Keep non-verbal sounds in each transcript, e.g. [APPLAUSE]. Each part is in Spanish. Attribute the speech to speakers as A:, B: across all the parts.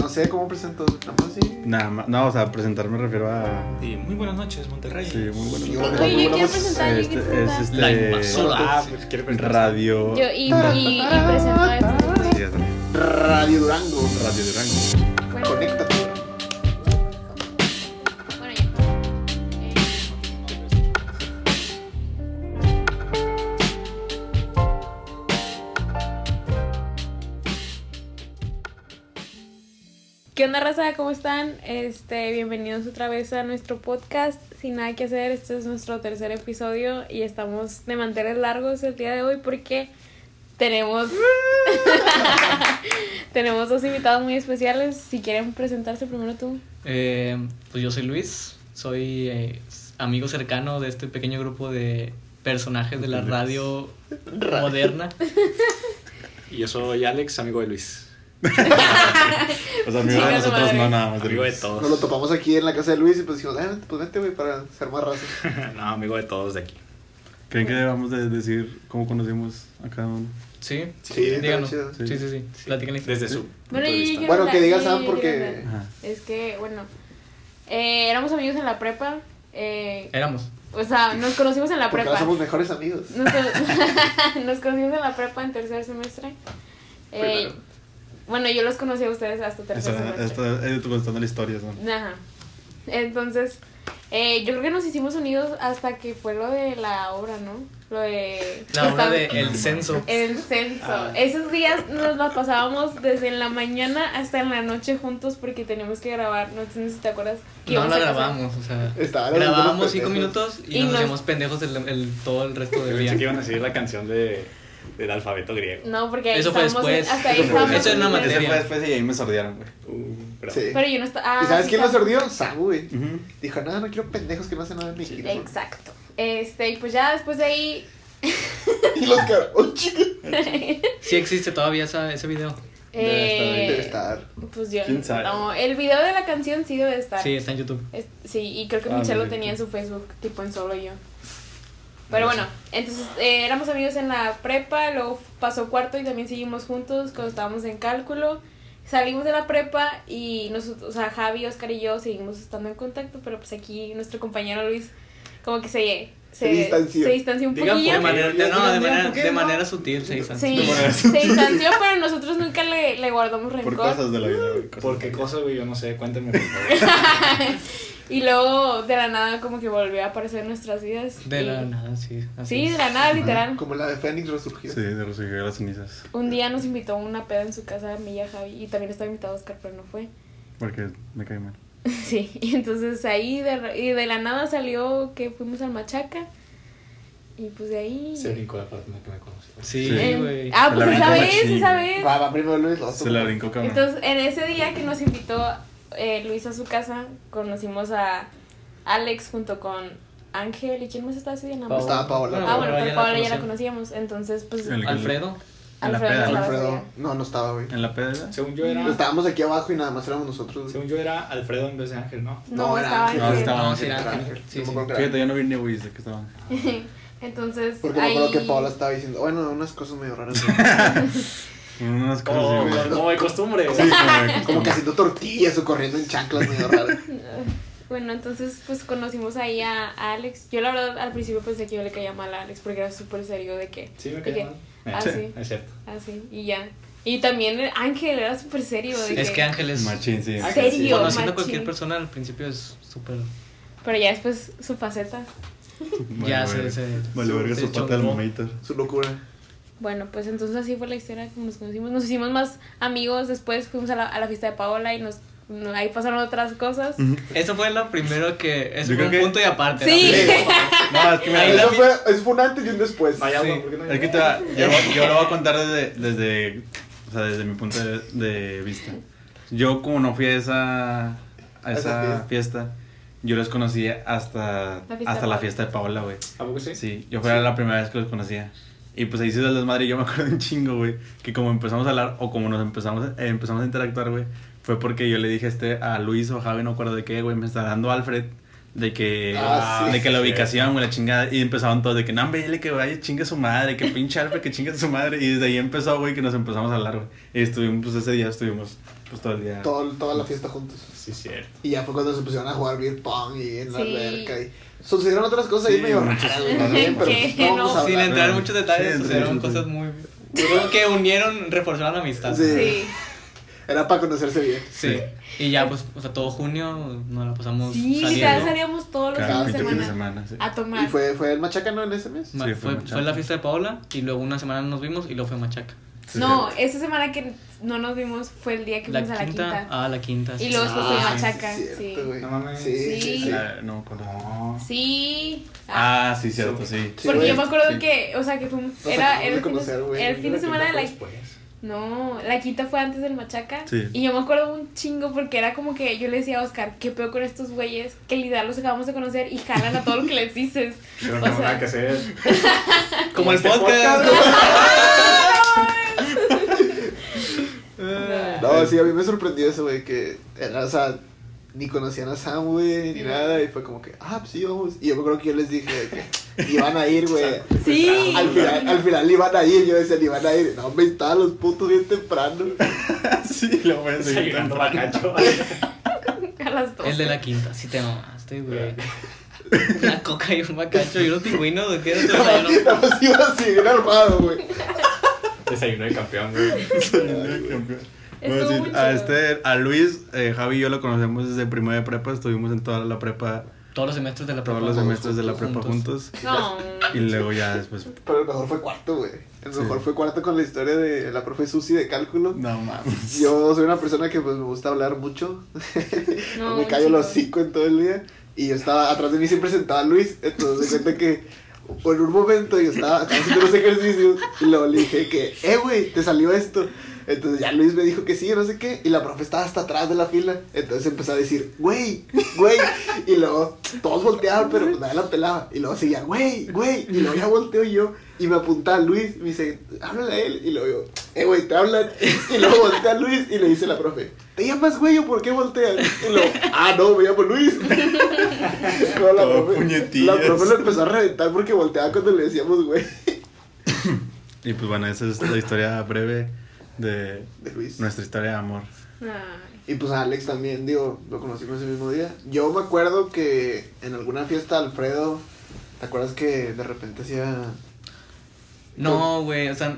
A: No sé cómo presentó. Estamos así.
B: Nada más, no, o sea, presentar me refiero a.
C: Sí, muy buenas noches, Monterrey.
B: Sí, muy bueno.
A: Sí,
B: Yo
A: hola.
D: Oye, yo quiero presentar, yo quiero
B: Este, es
D: presentar.
C: La
B: este.
C: invasora. Ah,
A: Sí.
C: pues, quiere presentar.
B: Radio.
D: Yo, y, y, y este. presentar.
B: Sí, ya también.
A: Radio Durango.
B: Radio Durango.
D: Bueno,
A: Conéctate.
D: bueno, ya. Eh, ¿Qué onda, raza? ¿Cómo están? Este, bienvenidos otra vez a nuestro podcast. Sin nada que hacer, este es nuestro tercer episodio y estamos de manteles largos el día de hoy porque tenemos [LAUGHS] tenemos dos invitados muy especiales. Si quieren presentarse primero tú.
E: Eh, pues yo soy Luis, soy eh, amigo cercano de este pequeño grupo de personajes de la radio moderna.
C: Y yo soy Alex, amigo de Luis.
B: O sea, amigo de
D: Chinga su
B: nosotros
D: madre.
B: no, nada más.
C: Amigo de todos.
A: Nos lo topamos aquí en la casa de Luis y pues dijimos, ah, pues vente, güey, para ser más raza.
C: [LAUGHS] no, amigo de todos de aquí.
B: ¿Creen que debamos de decir cómo conocimos a cada uno?
E: Sí,
A: Sí, está
E: díganos.
A: chido.
E: Sí, sí, sí. Platíquenle.
C: Desde su. punto
D: Bueno,
C: de
D: yo-
C: vista.
D: yo-
A: Bueno, que digas
D: Sí,
A: Sam porque.
D: quiero
B: Ajá.
D: Es que, bueno, eh, éramos amigos en la prepa. eh,
E: Éramos.
D: o sea, nos conocimos en la
A: Porque
D: prepa.
A: ahora somos mejores amigos.
D: Nos, con- [LAUGHS] nos conocimos en la prepa en tercer semestre. Eh,
A: Primero.
D: bueno, yo los conocí a ustedes hasta tercer
B: Está-
D: semestre.
B: está- Es tu contando la historia, ¿no?
D: Ajá. Entonces, eh, yo creo que nos hicimos unidos hasta que fue lo de la obra, ¿no? Lo de...
E: La hora
D: estaba-
E: de el censo.
D: El censo.
C: Ah.
D: Esos días nos las pasábamos desde en la mañana hasta en la noche juntos porque teníamos que grabar. No sé si te acuerdas. que
E: No
D: íbamos
E: la
D: a casa.
E: grabamos, o sea,
A: Estábamos
E: grabábamos
A: unos
E: cinco
A: pendejos.
E: minutos y,
D: Y
E: nos
D: nos-
E: hacíamos pendejos el, el- todo el resto
C: Yo
E: del
C: pensé que
E: día.
C: iban a seguir la canción de, del alfabeto griego.
D: No, porque ahí
E: Eso fue
D: estábamos-
E: después.
D: Hasta ahí
B: Eso fue-
D: estábamos
E: Eso era una
D: en-
B: Ese
E: materia.
B: fue después y ahí me sordearon, güey.
C: Uh, bravo.
A: Sí.
D: Pero yo no estaba.
A: ¿Y sabes
D: sí
A: quién nos
D: estaba-
A: sordió? Sam, güey.
B: Ujú.
A: Dijo, no, no quiero pendejos que no hacen nada en México.
D: Exacto. Este, y pues ya después de ahí.
A: Y los caras, oh, chica.
E: Sí existe todavía esa, ese video.
B: Debe
A: Debe
D: eh,
A: estar.
D: Pues yo.
B: ¿Quién sabe?
D: No, el video de la canción sí debe estar.
E: Sí, está en YouTube.
D: Es- sí, y creo que
B: Ah,
D: Michelle lo
B: mira, Ah,
D: tenía en
B: tú.
D: su Facebook, tipo en solo yo. Pero
E: No sé.
D: bueno, entonces eh, éramos amigos en la prepa, luego pasó cuarto y también seguimos juntos cuando estábamos en cálculo. Salimos de la prepa y nosotros, o sea, Javi, Oscar y yo seguimos estando en contacto, pero pues aquí nuestro compañero Luis como que se,
A: Se
D: se,
A: distanció.
D: se distanció un
C: Digan por
E: De
D: poquillo.
C: qué,
E: manera, de- no, de
A: Yo- yo-
E: manera,
A: ¿por qué no?
E: de manera sutil se hizo.
D: Sí, se distanció, pero nosotros nunca le, le guardamos rencor.
B: Por cosas de la vida, güey. cosas
C: ¿Por
B: de
C: qué
B: la
C: cosa, güey? Yo no sé. Cuéntame, por favor.
D: [LAUGHS] y luego de la nada como que volvió a aparecer en nuestras vidas.
E: De
D: y-
E: la nada, sí. así
D: Sí,
E: es.
D: de la nada, literal.
A: Como la de Fénix
B: vida.
A: resurgió.
B: Sí, de los las cenizas.
D: Un día nos invitó a una peda en su casa, mi y a Javi, y también estaba invitado Oscar, pero no fue. [LAUGHS]
B: Porque me cae mal.
D: Sí, y entonces ahí de, re- y de la nada salió que fuimos al Machaca, y pues de ahí...
C: Se brincó la parte en la que me conocí.
E: Sí,
B: Sí.
D: Eh,
E: güey.
D: ah, pues
B: Se la
D: esa
B: brincó
D: vez,
B: machín.
D: esa vez.
A: Va, va primero Luis,
C: Ah,
A: los
B: Se la brincó, cabrón.
D: Entonces, en ese día que nos invitó eh, Luis a su casa, conocimos a Alex junto con Ángel, ¿y quién más estaba ese día? Nada más.
A: Estaba Paola.
D: Ah, bueno,
E: Paola
D: pero
E: ya la
D: Paola ya la
E: conocía.
D: conocíamos, entonces pues...
B: El-
E: Alfredo.
B: En la
D: Alfredo
B: peda.
D: estaba ese
A: Alfredo.
D: día.
A: No, no estaba, güey.
B: ¿En la peda?
C: Según yo era.
A: Estábamos aquí abajo y nada más éramos nosotros. güey.
C: Según yo era Alfredo en vez de Ángel, ¿no?
D: No,
A: No, era
D: estaba
A: Ángel.
B: No,
D: Ángel.
B: estaba-
E: No, sí, era
A: Era
E: Ángel.
A: Ángel.
E: Sí,
A: No me
E: sí.
A: acuerdo que era.
B: Fíjate, yo no vi ni güey desde que estaban.
D: Entonces,
A: Porque me
D: ahí...
A: acuerdo que Paola estaba diciendo, bueno, unas cosas medio raras. güey.
B: [LAUGHS] Unas cosas
C: Como,
B: así, güey.
C: como de costumbre. güey.
E: [LAUGHS]
B: Sí, güey.
A: Como que haciendo tortillas o corriendo en chanclas medio raras.
D: eh, Bueno, entonces pues conocimos ahí a, a Alex. Yo la verdad al principio pensé que yo le caía mal a Alex porque era súper serio de que
C: Sí, me
D: de que
C: caía mal.
D: Ah, sí.
C: Es cierto.
D: así y ya. Y también el- Ángel era súper serio de
E: Es que Ángel es.
B: Machín, sí.
C: Ángel,
D: serio,
E: Conociendo
D: machín.
E: a cualquier persona al principio es súper.
D: Pero ya después su faceta.
B: Vale,
E: Ya
B: verga.
E: se. se
B: Vale, verga
E: se
B: su pata del
E: chongó.
B: momento.
E: [LAUGHS]
A: Su locura.
D: Bueno, pues entonces así fue la historia como nos conocimos. Nos hicimos más amigos, después fuimos a la, a la fiesta de Paola y nos no- ahí pasaron otras cosas.
E: Eso fue lo primero que. Eso
B: Yo
E: fue
B: creo
E: un
B: que-
E: punto y aparte.
D: Sí.
E: la primera.
D: [LAUGHS]
B: No, es que mira,
E: Ahí
B: es-
A: Eso fue, eso fue un antes y un después.
C: No hay agua,
E: Sí.
C: ¿por qué no hay
B: es que te va- yo, yo lo voy a contar desde, desde, o sea, desde mi punto de, de vista. Yo como no fui a esa, a
A: A esa
B: esa fiesta. yo los conocí hasta, hasta
D: La fiesta de
B: la
D: Paola.
B: fiesta de Paola, güey.
C: ¿A poco sí?
B: Sí, yo fue la primera vez que los conocía. Y pues ahí se dio el desmadre y yo me acuerdo un chingo, güey, que como empezamos a hablar o como nos empezamos a, eh, empezamos a interactuar, güey, fue porque yo le dije a este a Luis o Javi, no acuerdo de qué, güey, me está dando Alfred de que
A: Ah, sí.
B: de que la ubicación, güey, la chingada y empezaron todos de que, "No, dile que vaya chingue su madre, que pinche Alfred que chingue su madre." Y desde ahí empezó, güey, que nos empezamos a hablar, güey. Y estuvimos pues ese día estuvimos Pues todo el día.
A: todo, toda la fiesta juntos.
C: Sí, cierto.
A: Y ya fue cuando se empezaron a jugar beer pong y en la
D: Sí.
A: alberca. Y sucedieron otras cosas ahí
B: Sí,
A: medio
B: muchas
A: raras,
D: cosas.
A: güey, pero
D: [LAUGHS] Que
A: no vamos a
D: no.
E: Sin
A: hablar.
E: entrar en
B: Sí,
E: muchos detalles,
B: sí,
E: sucedieron
B: sí.
E: cosas muy. Yo creo que unieron, reforzaron la amistad.
A: Sí.
D: Sí.
A: Era para conocerse bien.
E: Sí. Y ya, pues, o sea, todo junio nos la pasamos
D: Sí, literal
E: saliendo.
D: salíamos todos los
B: Cada
D: fines de
B: fin de semana.
D: semana
B: sí.
D: a
A: Y
D: tomar.
A: fue, fue el machaca, ¿no? En ese mes.
E: Ma-
B: Sí, fue
E: fue,
B: Machaca.
E: fue la fiesta de Paola y luego una semana nos vimos y luego fue Machaca.
B: Sí,
D: No,
B: sí.
D: esa semana que no nos vimos fue el día que
E: La
D: fuimos a la
E: quinta.
D: quinta.
E: Ah, la quinta.
D: Y luego después fue
C: Ah,
D: machaca.
A: Sí, es
D: Sí.
A: cierto, güey.
C: No mames.
A: Sí, sí,
D: Sí.
A: sí.
B: Ah, no, con-
D: Sí. Ah,
B: Ah, sí, cierto, sí.
A: Sí,
D: porque
A: güey,
D: yo me acuerdo
B: sí.
D: que, o sea, que fuimos.
A: Nos acabamos
D: Era, era
A: de
D: el fin de-
A: conocer, güey.
D: era el fin de semana de la
A: pues.
C: después.
D: No, la quinta fue antes del machaca.
B: Sí.
D: Y yo me acuerdo un chingo porque era como que yo le decía a Oscar, ¿qué pedo con estos güeyes? Que literal los acabamos de conocer y jalan a todo lo que les dices.
C: Yo no
D: O
C: tengo
D: sea-
C: nada que hacer.
E: Como el
C: Este
E: podcast.
A: No, sí, a mí me sorprendió eso, güey, que era, o sea, ni conocían a Sam, güey, ni nada, y fue como que, ah, pues sí, vamos. Y yo me acuerdo que yo les dije de que [LAUGHS] iban a ir, güey.
D: Sí.
A: Al final, al final iban a ir, yo decía, ni van a ir. No, me estaban los putos bien temprano. [LAUGHS]
B: Sí, lo voy a seguir
C: Desayunando
B: temprano.
C: bacacho.
B: [LAUGHS]
D: [LAUGHS] A las dos.
E: El de la quinta, sí te mamaste, güey. Una coca y un bacacho y unos pingüinos, ¿de qué era tu desayuno?
A: Nada más iba a seguir armado, güey.
C: Desayuno de campeón, güey.
D: Estuvo
B: Bueno, sí, a,
D: muy chido.
B: este, a Luis, eh, Javi y yo lo conocemos desde primero de prepa, estuvimos en toda la prepa,
E: Todos los semestres de la
B: todos los
E: prepa.
B: semestres de la prepa juntos.
D: No.
B: Y luego ya después...
D: [LAUGHS]
A: Pero el mejor fue cuarto, güey. El
B: Sí.
A: mejor fue cuarto con la historia de la profe Susi de cálculo.
B: No mames.
A: Yo soy una persona que pues me gusta hablar mucho. [LAUGHS]
D: No,
A: me
D: un
A: callo los
D: chingo.
A: cinco en todo el día. Y yo estaba atrás de mí siempre sentaba Luis. Entonces me cuenta que en un momento yo estaba, estaba haciendo los ejercicios y luego le dije que, eh, güey, te salió esto. Entonces ya Luis me dijo que sí, no sé qué. Y la profe estaba hasta atrás de la fila. Entonces empezó a decir, güey, güey. Y luego todos volteaban, pero pues, nadie la pelaba. Y luego seguía, güey, güey. Y luego ya volteo yo y me apunta a Luis. Y me dice, háblale a él. Y luego yo, eh, güey, te hablan. Y luego voltea a Luis y le dice la profe, ¿te llamas güey o por qué volteas? Y luego, ah, no, me llamo Luis. No, la
B: Todo
A: profe,
B: puñetillas.
A: la profe lo empezó a reventar porque volteaba cuando le decíamos güey
B: Y pues bueno, esa es la historia breve de
A: de Luis.
B: nuestra historia de amor.
D: Ay.
A: Y pues a Alex también, digo, lo conocimos ese mismo día. Yo me acuerdo que en alguna fiesta Alfredo, ¿te acuerdas que de repente hacía...
E: No, güey, o sea,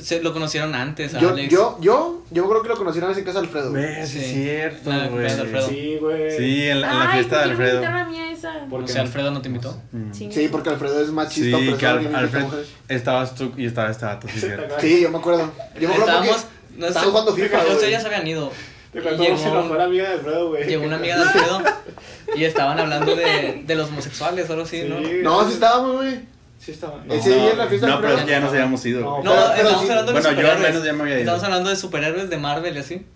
E: se lo conocieron antes, a
A: Yo,
E: Alex.
A: yo, yo, yo creo que lo conocí una vez en casa de Alfredo. güey.
B: ¿Ves?
E: Sí.
B: Es cierto,
E: La
B: güey.
E: cumpleaños de Alfredo.
C: Sí, güey.
B: Sí, en la, en la
D: Ay,
B: fiesta de
D: ¿por qué no me
B: Alfredo.
D: invitaron a mí a esa?
E: O
C: Porque
E: sea, Alfredo no te invitó.
B: Mm.
D: Chinga.
A: Sí, porque Alfredo es machista.
B: Sí, que
A: opresor, y
B: Al-
A: invita
B: Alfred
A: mujeres.
B: estabas tú y estaba este vato, sí, cierto.
A: Sí, yo me acuerdo. Yo me acuerdo
E: Estábamos.
A: porque
E: no,
A: estábamos jugando
E: ustedes-
A: FIFA,
E: Ustedes
A: güey.
E: ya se habían ido.
C: Te
E: Y
C: cuento cómo se enojó la
E: Llegó,
C: amiga de Alfredo, güey.
E: llegó
C: [LAUGHS]
E: una amiga de Alfredo y estaban hablando de, de los homosexuales, algo así,
C: Sí,
E: ¿no?
C: güey.
A: No, sí estábamos, güey.
C: Sí, estaba.
A: Ese día en la fiesta
B: No,
A: del
B: pero es
A: Alfredo.
B: que ya nos habíamos ido.
C: No,
B: güey.
E: No,
A: Pero- pero
E: estábamos
A: sí.
E: hablando de
B: Bueno, yo al
E: superhéroes.
B: menos ya me había ido.
E: Estábamos hablando de superhéroes de Marvel y así.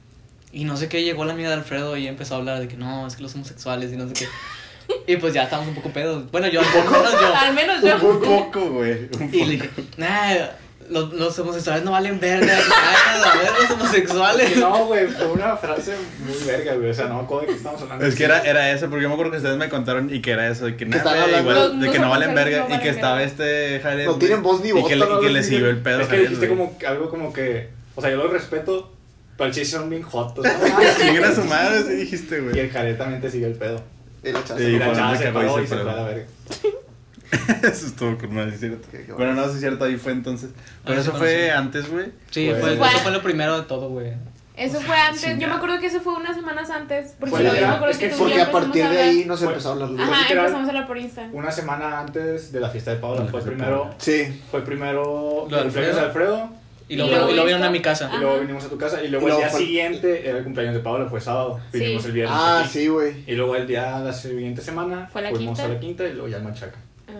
E: Y no sé qué, llegó la amiga de Alfredo y empezó a hablar de que no, es que los homosexuales y no sé qué. Y pues ya estábamos un poco pedos. Bueno, yo al menos yo.
D: Al menos
B: Un
D: yo.
B: poco, güey. un
E: Y le dije, nah, los, los homosexuales no valen verga. Vayan a ver los
F: [LAUGHS]
E: homosexuales.
C: No, güey, fue una frase muy verga, güey. O sea, no me acuerdo de qué estamos hablando.
B: Es que era, era eso, porque yo me acuerdo que ustedes me contaron y que era eso, de que nada,
A: estaban
B: güey,
A: hablando-
B: igual,
D: Los-
B: de
D: los
B: que no valen
D: homosexuales
B: verga
D: no
B: y que
D: valen
B: estaba
D: verga.
B: este Jared.
A: No tienen voz ni
B: Y
A: voz
B: que, le-
A: para
B: y que le
A: hablar
B: siguió el pedo
C: Es que
B: Jared,
C: dijiste
B: güey.
C: como que- algo como que. O sea, yo lo respeto, pero el chiste son bien jotos.
A: [LAUGHS]
C: ¿no? [LAUGHS]
B: Chinguen a su madre, sí dijiste,
C: y
B: güey.
C: el Jared también te siguió el pedo.
A: Y la chaza,
B: Sí,
C: Y
A: güey.
C: la
B: bueno,
C: chava
B: me
C: se
B: acabó
C: paró
B: y
C: y
B: se
C: se fue a la
B: paró.
C: verga.
B: [LAUGHS] Eso estuvo con madre, es cierto.
A: Qué- qué
B: Bueno, no, sí es cierto, ahí fue entonces.
C: Ah,
B: Pero
E: Ahí se
B: eso fue
E: conocieron.
B: antes, güey.
E: Sí,
C: Pues-
E: fue, eso fue lo primero de todo, güey.
D: Eso fue antes. Yo
B: chingada.
D: me acuerdo que eso fue unas semanas antes. Porque
A: Fue la-
D: yo me acuerdo
C: es que
D: tú y yo
A: Porque a
D: empezamos
A: partir de
D: hablar.
A: ahí nos
C: Fue-
A: empezó a hablar Luis.
D: Ajá,
C: literal-
D: empezamos a hablar por Insta.
C: Una semana antes de la fiesta de
B: De
C: Paola
B: la
C: fue
B: fiesta de
C: primero.
B: Paola.
A: Sí.
C: Fue primero.
E: Lo de
C: el cumpleaños de Alfredo.
E: Y
D: Y
E: luego,
D: luego
E: y luego vieron a
D: esto.
E: mi casa.
D: Ah.
C: Y luego
D: Ajá.
C: vinimos a tu casa. Y
A: Y
C: luego el
A: luego
C: día
A: fue-
C: siguiente era el cumpleaños de Paola, fue sábado.
D: Sí.
C: Vinimos el viernes.
A: Ah,
C: aquí.
A: sí, güey.
C: Y luego el día, la siguiente semana,
D: Fue la
C: fuimos
D: quinta.
C: a la quinta y luego ya al machaca.
D: Ah.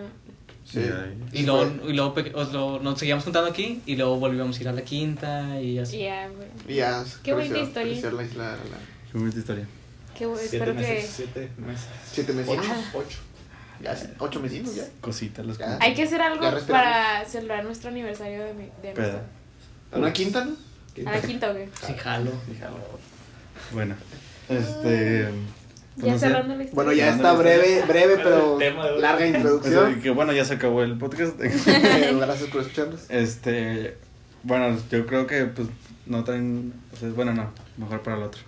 A: Sí.
B: Y ahí-
E: Y luego, y luego pe- os lo- nos seguíamos juntando aquí y luego volvíamos a ir a la quinta y así.
D: Ya, güey.
A: Y ya.
D: Qué bonita
A: creció-
D: historia.
A: creció la isla, la-
B: Qué bonita historia.
D: Qué bueno,
C: Siete
D: Oh, espero
C: meses.
D: que.
C: Siete meses.
A: Siete
C: Ocho.
A: mesinos.
C: Ocho.
A: Ya, ocho mesinos ya.
B: Cositas, las
A: Ya.
D: Hay que hacer algo
A: Ya respiramos.
D: para celebrar nuestro aniversario de, mi, de
B: Pedo.
D: amistad.
B: Ah.
A: Una quinta, ¿no?
D: A la quinta, güey.
E: Sí, jalo.
B: Bueno, este. pues
D: Ah. Ya
B: no sé.
D: cerrando la historia.
A: Bueno, ya está breve, breve, pero larga [LAUGHS]
B: [LAUGHS] Pues, eh,
A: introducción.
B: [LAUGHS] que bueno, ya se acabó el podcast.
A: Gracias por escucharnos.
B: Este, Bueno, yo creo que pues no traen. o sea, bueno, no, mejor para el otro.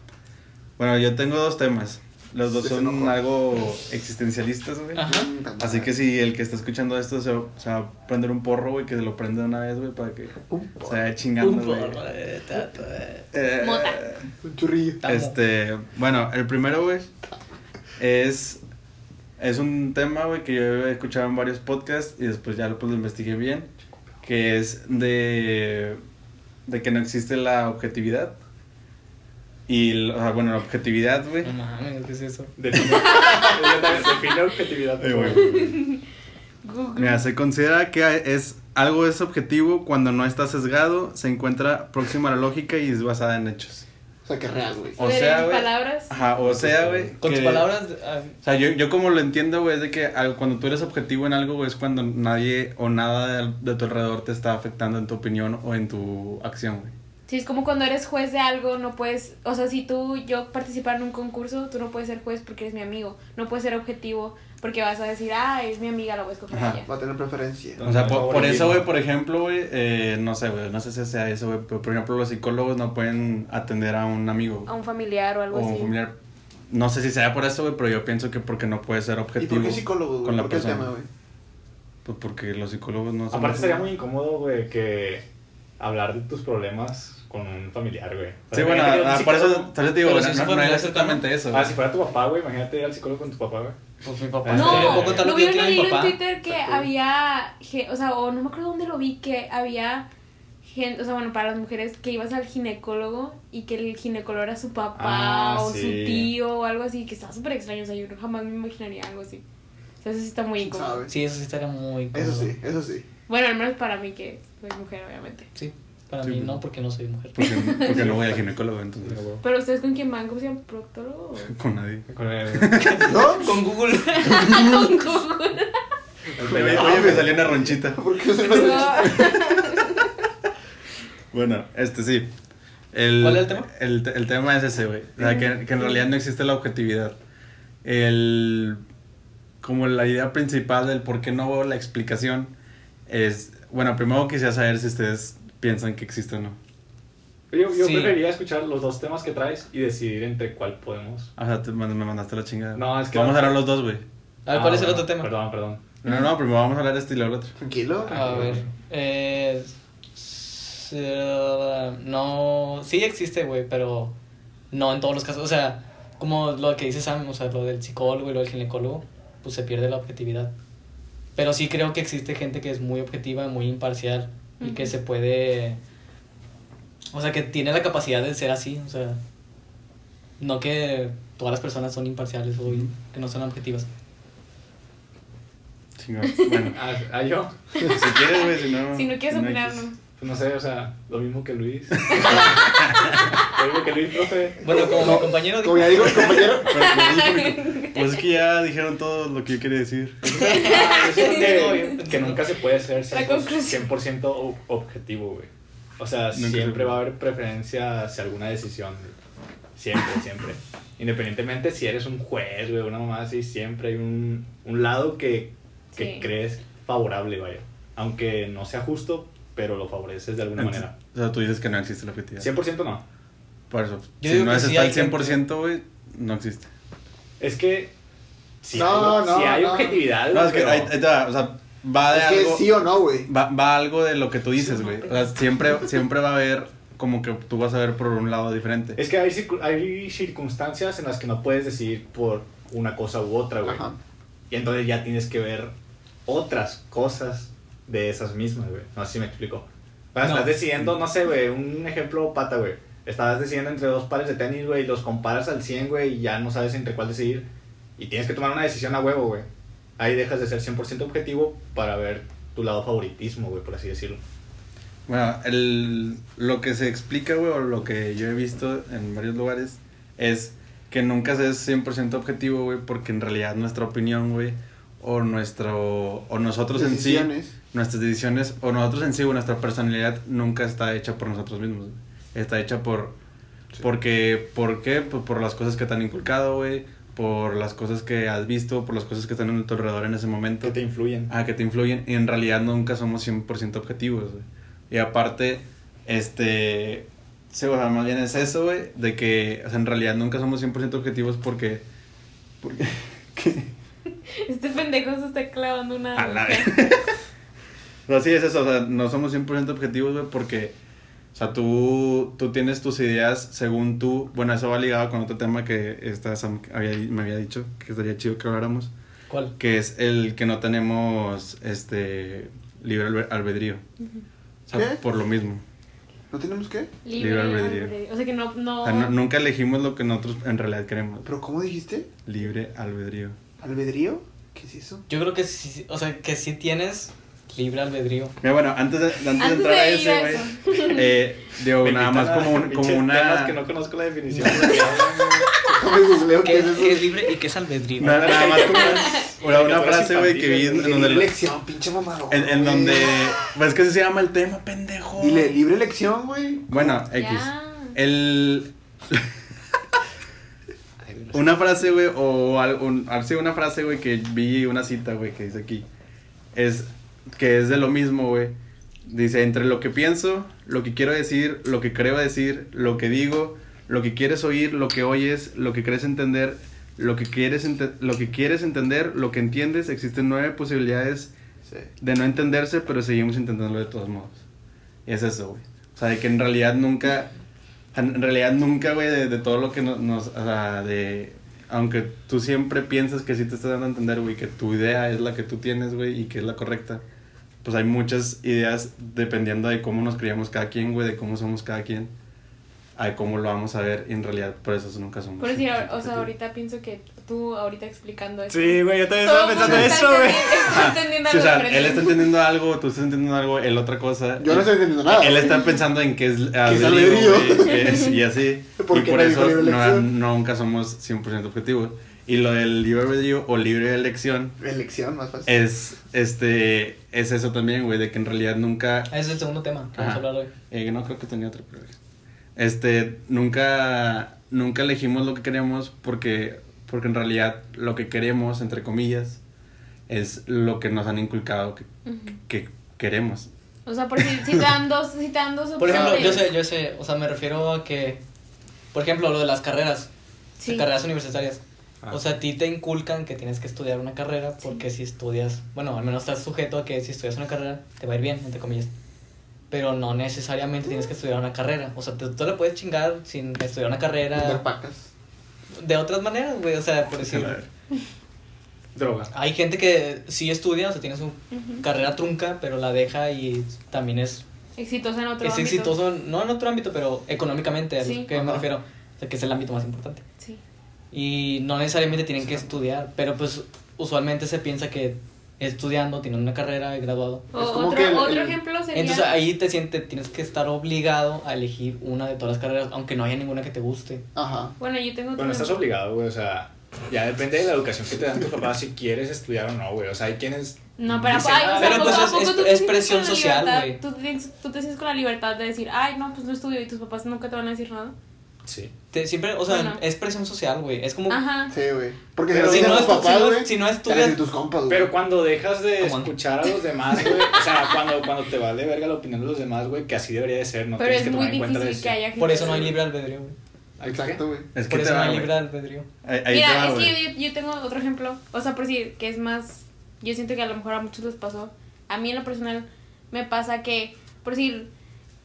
B: Bueno, yo tengo dos temas. Los dos
A: Sí, se
B: son
A: enojó.
B: algo existencialistas, güey.
E: Ajá.
A: Mm,
B: Así que si el que está escuchando esto se, va- se va a prender un porro, güey, que se lo prenda de una vez, güey, para que
A: Un,
B: se vaya
E: Un
B: chingando, pues, güey.
E: porro de tato, eh.
B: Eh,
D: Mota.
A: un churrillo.
E: Tamo.
B: Este, bueno, el primero, güey, es, es un tema, güey, que yo he escuchado en varios podcasts y después ya pues, lo investigué bien, que es de, de que no existe la objetividad. Y, el- o sea, bueno, la objetividad, güey.
E: No mames, ¿qué es eso?
C: Define, yo
D: [LAUGHS]
C: también define objetividad.
B: Eh, güey,
D: Google.
B: Mira, se considera que es, algo es objetivo cuando no está sesgado, se encuentra próximo a la lógica y es basada en hechos.
A: O sea, que real, güey.
B: o
D: Pero
B: sea,
D: en
B: güey.
D: palabras.
B: Ajá, o sea, güey.
E: Con tus
B: que-
E: palabras. ah,
B: O sea, yo, yo como lo entiendo, güey, es de que al- cuando tú eres objetivo en algo, güey, es cuando nadie o nada de, de tu alrededor te está afectando en tu opinión o en tu acción, güey.
D: Sí, es como cuando eres juez de algo, no puedes, o sea, si tú, yo participar en un concurso, tú no puedes ser juez porque eres mi amigo, no puedes ser objetivo porque vas a decir, ah, es mi amiga, la voy a escoger a
B: Ajá.
D: ella.
A: Va a tener preferencia.
B: O sea, por, por eso,
C: Favoritismo.
B: güey, por ejemplo, güey, eh, no sé, güey, no sé si sea eso, güey, pero por ejemplo los psicólogos no pueden atender a un amigo
D: A un familiar o algo
B: o
D: así.
B: un familiar. No sé si sea por eso, güey, pero yo pienso que porque no puede ser
A: ¿Y
B: objetivo.
A: por qué psicólogo,
B: con
A: güey?
B: la
A: ¿Por qué el
B: persona.
A: tema, güey?
B: Pues porque los psicólogos no son...
F: Aparte sería muy incómodo, güey, que hablar de tus problemas con un familiar, güey. O
B: Sí,
F: sea,
B: bueno,
F: imagínate,
B: ah,
F: un
B: por eso,
F: psicólogo-
B: tal vez te digo,
E: Pero
B: no,
E: si es
B: no,
E: un
B: no era
E: familiar
B: exactamente eso.
F: Ah, si fuera tu papá, güey, imagínate ir al psicólogo con tu papá, güey.
E: Pues mi papá.
F: No,
E: Te puedo contar
D: Lo
E: lo que yo
D: vieron
E: tenía de mi
D: leer en
E: papá.
D: Twitter que
F: Exacto.
D: había, ge- o sea, o no me acuerdo dónde lo vi, que había gente, o sea, bueno, para las mujeres que ibas al ginecólogo y que el ginecólogo era su papá
F: Ah,
D: o
F: sí.
D: su tío o algo así, que estaba súper extraño, o sea, yo jamás me imaginaría algo así. O sea, eso sí está muy
A: ¿Quién
D: incómodo.
A: sabe?
E: Sí, eso sí estaría muy
A: Eso
E: incómodo.
A: sí, eso
B: [LAUGHS]
A: sí.
D: Bueno, al menos para mí que soy mujer, obviamente.
E: Sí, para
B: Sí,
E: mí
B: pues.
E: no, porque no soy mujer.
B: Porque,
A: [LAUGHS]
B: porque no voy al ginecólogo, entonces.
A: Ah,
D: Pero ustedes con quién van, ¿cómo se llama? ¿Proctólogo?
B: Con nadie.
F: Con el-
A: ¿No?
E: [LAUGHS] Con
D: [LAUGHS]
E: Google.
D: Con Google.
B: Oye, oye, me salió una ronchita.
A: ¿Por qué se
D: No.
B: Bueno, este sí. El,
E: ¿Cuál es el tema?
B: El, te- el tema es ese, güey. O sea, que, que en realidad no existe la objetividad. El. Como la idea principal del por qué no veo la explicación es. Bueno, primero quisiera saber si ustedes piensan que existe o no.
F: Yo, yo
E: Sí.
F: preferiría escuchar los dos temas que traes y decidir entre cuál podemos.
B: O sea, te mand- me mandaste la chingada.
F: No, es que-
B: Vamos a hablar los dos, güey.
E: A ver,
F: Ah,
E: ¿cuál es el
F: bueno,
E: otro tema?
F: Perdón, perdón.
B: No, no, primero vamos a hablar de este y luego el otro.
A: Tranquilo.
E: A ver. Eh, s- eh, no. Sí existe, güey, pero no en todos los casos. O sea, como lo que dice Sam, o sea, lo del psicólogo y lo del ginecólogo, pues se pierde la objetividad. Pero sí creo que existe gente que es muy objetiva, muy imparcial y que
D: Ujú.
E: se puede. O sea, que tiene la capacidad de ser así, o sea. No que todas las personas son imparciales o que no son objetivas.
B: Chingado. [LAUGHS] Bueno,
F: Ah, ah, yo.
E: [LAUGHS]
B: si quieres, güey, si no.
D: Si no quieres opinar,
B: X.
D: no.
F: Pues no sé, o sea, lo mismo que Luis.
E: [LAUGHS]
F: lo mismo que Luis, profe.
E: Bueno, como
A: No,
E: mi compañero dijo.
A: Como ya digo, compañero.
B: Pero, pues, porque- pues es que ya dijeron todo lo que yo quería decir.
F: Ah, eso que,
D: [LAUGHS]
F: que nunca se puede ser
D: La conclusión.
F: 100% ob- objetivo, güey. O sea,
B: Nunca se
F: siempre
B: puede.
F: va a haber preferencia hacia alguna decisión. güey. Siempre, siempre. Independientemente si eres un juez, güey, una mamá así, siempre hay un, un lado que, que
D: Sí.
F: crees favorable, vaya. Aunque no sea justo, pero lo favoreces de alguna manera.
B: O sea, tú dices que no existe la objetividad.
F: 100% no.
B: Por eso,
E: Yo
B: si
E: digo
B: no
E: que
B: es
E: sí
B: hasta
E: hay
B: el 100%, güey, no existe.
F: Es que... Si
A: No,
F: hay,
A: no,
F: si hay
A: no.
F: objetividad,
B: No, es que
F: pero-
B: ahí- ahí te va, o sea, va de
A: Es que
B: algo.
A: sí o no, güey.
B: va, va algo de lo que tú dices, güey. O sea, siempre, siempre va a haber como que tú vas a ver por un lado diferente.
F: Es que hay, circu- hay circunstancias en las que no puedes decidir por una cosa u otra, güey.
A: Ajá.
F: Y entonces ya tienes que ver otras cosas de esas mismas, güey. No sé si me explico. Bueno,
E: No.
F: estás decidiendo, no sé, güey, un ejemplo pata, güey. Estás decidiendo entre dos pares de tenis, güey, y los comparas al 100, güey, y ya no sabes entre cuál decidir. Y tienes que tomar una decisión a huevo, güey. Ahí dejas de ser 100% objetivo para ver tu lado favoritismo, güey, por así decirlo.
B: Bueno, el, lo que se explica, güey, o lo que yo he visto en varios lugares es que nunca se es 100% objetivo, güey, porque en realidad nuestra opinión, güey, o nuestro, o nosotros en sí,
A: Decisiones.
B: nuestras decisiones o nosotros en sí o nuestra personalidad nunca está hecha por nosotros mismos. güey. Está hecha por... Porque, ¿Por qué? Pues por las cosas que te han inculcado, güey. Por las cosas que has visto, por las cosas que están en tu alrededor en ese momento.
F: Que te influyen.
B: Ah, que te influyen. Y en realidad nunca somos 100% objetivos, güey. Y aparte, Este. Sí, o sea, más bien es eso, güey. De que, o sea, en realidad nunca somos 100% objetivos porque. porque ¿qué?
D: [LAUGHS] Este pendejo se está clavando una.
B: A la vez. no, sí, Pues es eso. O sea, no somos 100% objetivos, güey, porque. O sea, tú, tú tienes tus ideas según tú. Bueno, eso va ligado con otro tema que esta Sam había, me había dicho que estaría chido que habláramos.
E: ¿Cuál?
B: Que es el que no tenemos este libre albe- albedrío. O sea,
A: ¿Qué?
B: por lo mismo.
A: ¿No tenemos qué?
D: Libre,
B: Libre albedrío.
D: albedrío. O sea que no. no...
B: O sea, no- nunca elegimos lo que nosotros en realidad queremos.
A: ¿Pero cómo dijiste?
B: Libre albedrío.
A: ¿Albedrío? ¿Qué es eso? [LAUGHS]
E: Yo creo que sí, o sea, que sí tienes libre albedrío.
B: Mira, bueno, antes de, antes de
D: Antes
B: entrar a
D: de ir
B: ese,
D: a
B: güey, eh, digo,
F: Me
B: nada
F: invitan
B: más
F: a
B: como, un- como
F: pinches temas
B: una...
F: que no conozco la definición.
B: [LAUGHS]
F: de lo que hablan, güey.
A: Déjame googleo qué
E: ¿Qué
A: es
E: es, qué es
A: eso.
E: libre y qué es albedrío?
B: Nada, nada más como una, una frase, güey, que vi en, en
A: Libre
B: donde...
A: elección, pinche mamador.
B: En, en
A: güey.
B: donde... Pues es que así se llama el tema, pendejo.
A: Dile, libre elección, güey.
B: Bueno, X.
D: Ya.
B: El... Una frase, güey, o al- un, al- sí, una frase, güey, que vi una cita, güey, que dice aquí. Es que es de lo mismo, güey. Dice, entre lo que pienso, lo que quiero decir, lo que creo decir, lo que digo, lo que quieres oír, lo que oyes, lo que crees entender, lo que quieres, ente- lo que quieres entender, lo que entiendes, existen nueve posibilidades
A: Sí.
B: de no entenderse, pero seguimos intentándolo de todos modos. Y es eso, güey. O sea, de que en realidad nunca, en realidad nunca, güey, de, de todo lo que no- nos, o sea, de, aunque tú siempre piensas que sí te estás dando a entender, güey, que tu idea es la que tú tienes, güey, y que es la correcta, pues hay muchas ideas dependiendo de cómo nos criamos cada quien, güey, de cómo somos cada quien, a cómo lo vamos a ver, y en realidad por eso nunca somos.
D: Por decir,
B: 100%
D: o sea,
B: objetivos.
D: ahorita pienso que tú ahorita explicando esto.
C: Sí, güey, yo también
D: Todo
C: estaba
D: el mundo
C: pensando
D: está
C: eso, güey.
D: entendiendo- Está
B: Ajá.
D: entendiendo
B: Sí, o
D: algo
B: sea,
D: diferente.
B: él está entendiendo algo, tú estás entendiendo algo, él otra cosa.
A: Yo no estoy entendiendo nada.
B: Él está pensando en que es
A: es
B: albedrío,
A: albedrío.
B: güey, que es- y así.
A: ¿Por
B: y
A: qué
B: por
A: no dijo
B: eso
A: libre
B: no,
A: elección?
B: nunca somos 100% objetivos. Y lo del libre albedrío o libre elección
A: Elección, más fácil.
B: es, este, es eso también, güey, de que en realidad nunca...
E: Ah, ese es el segundo tema que
B: Ajá.
E: vamos a hablar hoy.
B: eh, no creo que tenía otro, pero... Este, nunca, nunca elegimos lo que queremos porque, porque en realidad lo que queremos, entre comillas, es lo que nos han inculcado que,
D: Ujú.
B: que queremos.
D: O sea, por si, si te dan dos, si te dan dos
E: Por ejemplo,
D: opciones.
E: yo sé, yo sé, o sea, me refiero a que, por ejemplo, lo de las carreras,
D: Sí.
E: carreras universitarias.
B: Ah.
E: O sea, a ti te inculcan que tienes que estudiar una carrera porque si estudias, bueno, al menos estás sujeto a que si estudias una carrera te va a ir bien, entre comillas. Pero no necesariamente tienes que estudiar una carrera. O sea, te- tú le puedes chingar sin estudiar una
A: Vender
E: carrera
A: pacas.
E: de otras maneras, güey. O sea, por decir,
F: Droga.
E: hay gente que sí estudia, o sea, tiene su
D: Ujú.
E: carrera trunca, pero la deja y también es
D: Exitosa en otro
E: es
D: ámbito.
E: exitoso, no en otro ámbito, pero económicamente, a
D: Sí.
E: lo que
A: Ajá.
E: me refiero, o sea, que es el ámbito más importante.
D: Sí.
E: Y no necesariamente tienen que estudiar, pero pues usualmente se piensa que estudiando, teniendo una carrera, graduado.
D: O
A: Es como
D: otro,
A: que el-
D: otro
A: el-
D: ejemplo sería.
E: Entonces ahí te sientes, tienes que estar obligado a elegir una de todas las carreras, aunque no haya ninguna que te guste.
A: Ajá.
D: Bueno, yo tengo otro
F: Bueno, estás
D: ejemplo.
F: obligado, güey, o sea, ya depende de la educación que te dan tus papás si quieres estudiar o no, güey, o sea, hay quienes...
D: No, pero,
F: dicen,
D: ay, o sea,
E: Pero,
D: ¿a poco-
E: pues, es-
D: a poco
E: es-
D: tú te
E: es
D: sientes
E: presión
D: con la
E: social,
D: libertad?
E: güey.
D: Tú, te sientes- tú te sientes con la libertad de decir, ay, no, pues no estudio y tus papás nunca te van a decir nada.
F: Sí.
E: Te- siempre, o sea,
D: Bueno.
E: es presión social, güey. Es como...
D: Ajá.
A: Sí, güey. Porque
E: Pero
A: si
E: si
A: no
E: no
A: tienes
E: estu-
A: papás,
E: si no-
A: güey,
E: si
A: te
E: no
A: van a
E: estudias-
A: decir tus compas, güey.
F: Pero cuando dejas de
E: ¿Cómo?
F: escuchar a los demás, güey, o sea, cuando, cuando te vale verga la opinión de los demás, güey, que así debería de ser, no
D: pero
F: tienes
D: es
F: que
D: muy
F: tomar en cuenta
D: difícil
F: la
D: que
F: decisión.
D: haya gente.
E: Por eso no hay
D: así.
E: libre albedrío, güey.
A: Exacto, güey.
B: Es que
E: Por
B: te
E: eso no
B: va,
E: hay
B: güey.
E: libre albedrío.
B: Ahí, ahí te
D: Mira,
B: va,
D: es
B: güey.
D: que yo, yo tengo otro ejemplo, o sea, por decir que es más, yo siento que a lo mejor a muchos les pasó, a mí en lo personal me pasa que, por decir,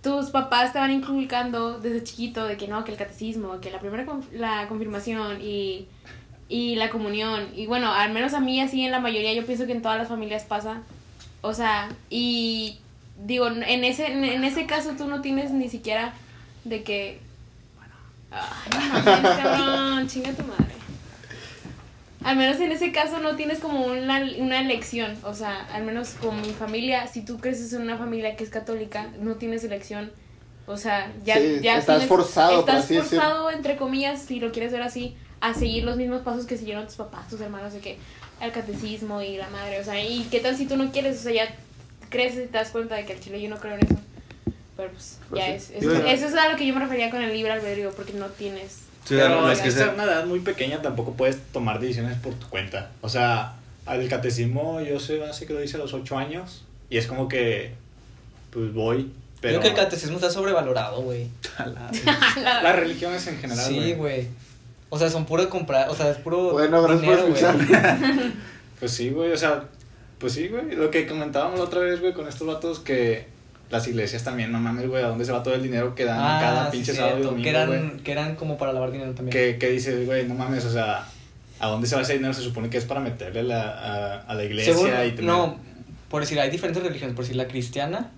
D: tus papás te van inculcando desde chiquito de que no, que el catecismo, que la primera conf- la confirmación y, y la comunión, y bueno, al menos a mí así en la mayoría, yo pienso que en todas las familias pasa, o sea, y digo, en ese, en, en ese caso tú no tienes ni siquiera de que... Ay, no, mames, cabrón, chinga tu madre. Al menos en ese caso no tienes como una, una elección, o sea, al menos con mi familia, si tú creces en una familia que es católica, no tienes elección, o sea, ya,
A: Sí,
D: ya
A: estás
D: tienes-
A: forzado, por
D: estás
A: así decirlo.
D: forzado, entre comillas, si lo quieres ver así, a seguir los mismos pasos que siguieron tus papás, tus hermanos, de que el catecismo y la madre, o sea, y qué tal si tú no quieres, o sea, ya creces y te das cuenta de que al chile yo no creo en eso, pero pues,
A: Pues
D: ya
A: sí.
D: es, eso,
A: Sí, bueno.
D: eso es a lo que yo me refería con el libre albedrío, porque no tienes...
B: Sí,
F: Pero
B: no,
F: es que
B: se-
F: esta es una edad muy pequeña, tampoco puedes tomar decisiones por tu cuenta. O sea, al catecismo yo sé, así que lo hice a los 8 años y es como que, pues voy,
G: Pero
E: Creo que el catecismo está sobrevalorado, güey.
F: Las religiones en general,
E: Sí, güey. O sea, son puro comprar, o sea, es puro
A: Bueno, gracias por
E: dinero, güey.
A: escuchar. [LAUGHS]
F: Pues sí, güey, o sea, pues sí, güey, lo que comentábamos la otra vez, güey, con estos vatos que las iglesias también, no mames, güey, ¿a dónde se va todo el dinero que dan
E: Ah,
F: cada
E: sí,
F: pinche
E: cierto,
F: sábado y domingo,
E: que
F: güey?
E: eran, que eran como para lavar dinero también.
F: Que, que dices, güey, no mames, o sea, ¿a dónde se va ese dinero? Se supone que es para meterle la, a, a la iglesia
E: Según-
F: y tener-
E: No, por decir, hay diferentes religiones, por decir, la cristiana,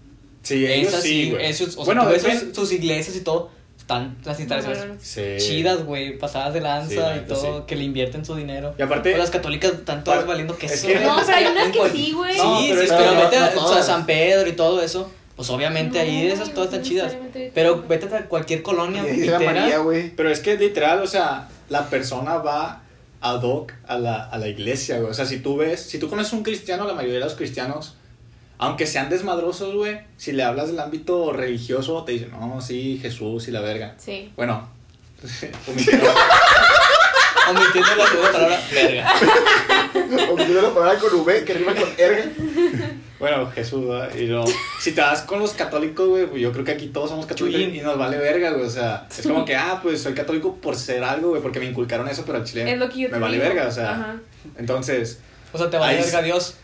F: Sí, ellos
E: esa
F: sí, güey.
E: esos, o sea,
F: bueno,
E: tú ves
F: depende-
E: sus, sus iglesias y todo, están las instalaciones
F: Sí.
E: chidas, güey, pasadas de lanza
F: Sí, la
E: y
F: neta,
E: todo,
F: sí.
E: que le invierten su dinero.
F: Y aparte-
E: O las católicas están todas
F: Para-
E: valiendo que
F: es
E: eso.
F: que-
D: No, pero hay unas que sí, güey.
E: Pues, Sí,
F: No,
E: sí,
F: pero
E: pero,
F: es que no-
E: vete a,
A: no
E: o sea,
A: todas.
E: San Pedro y todo eso, pues obviamente ahí
D: No,
E: esas todas
D: no
E: están chidas.
D: necesariamente.
E: Pero vete a cualquier colonia
A: Y dice la
E: pitera,
A: María, güey.
F: Pero es que literal, o sea, la persona va ad hoc a la, a la iglesia, güey. O sea, si tú ves, si tú conoces un cristiano, la mayoría de los cristianos, aunque sean desmadrosos, güey, si le hablas del ámbito religioso, te dicen, no, sí, Jesús y la verga.
D: Sí.
F: Bueno, omitiendo-
E: omitiendo la segunda palabra, verga.
A: O que yo la palabra con V, que rima con erga.
F: bueno, Jesús, ¿verdad? y no. [LAUGHS] Si te vas con los católicos, güey, pues yo creo que aquí todos somos católicos
E: Chuyín.
F: y nos vale verga, güey. O sea, es [LAUGHS] como que, ah, pues soy católico por ser algo, güey, porque me inculcaron eso, pero al chile
D: Es lo que yo te
F: me vale
D: digo.
F: verga, o sea.
D: Ajá.
F: Entonces,
E: O sea, te vale
F: Ahí-
E: verga Dios.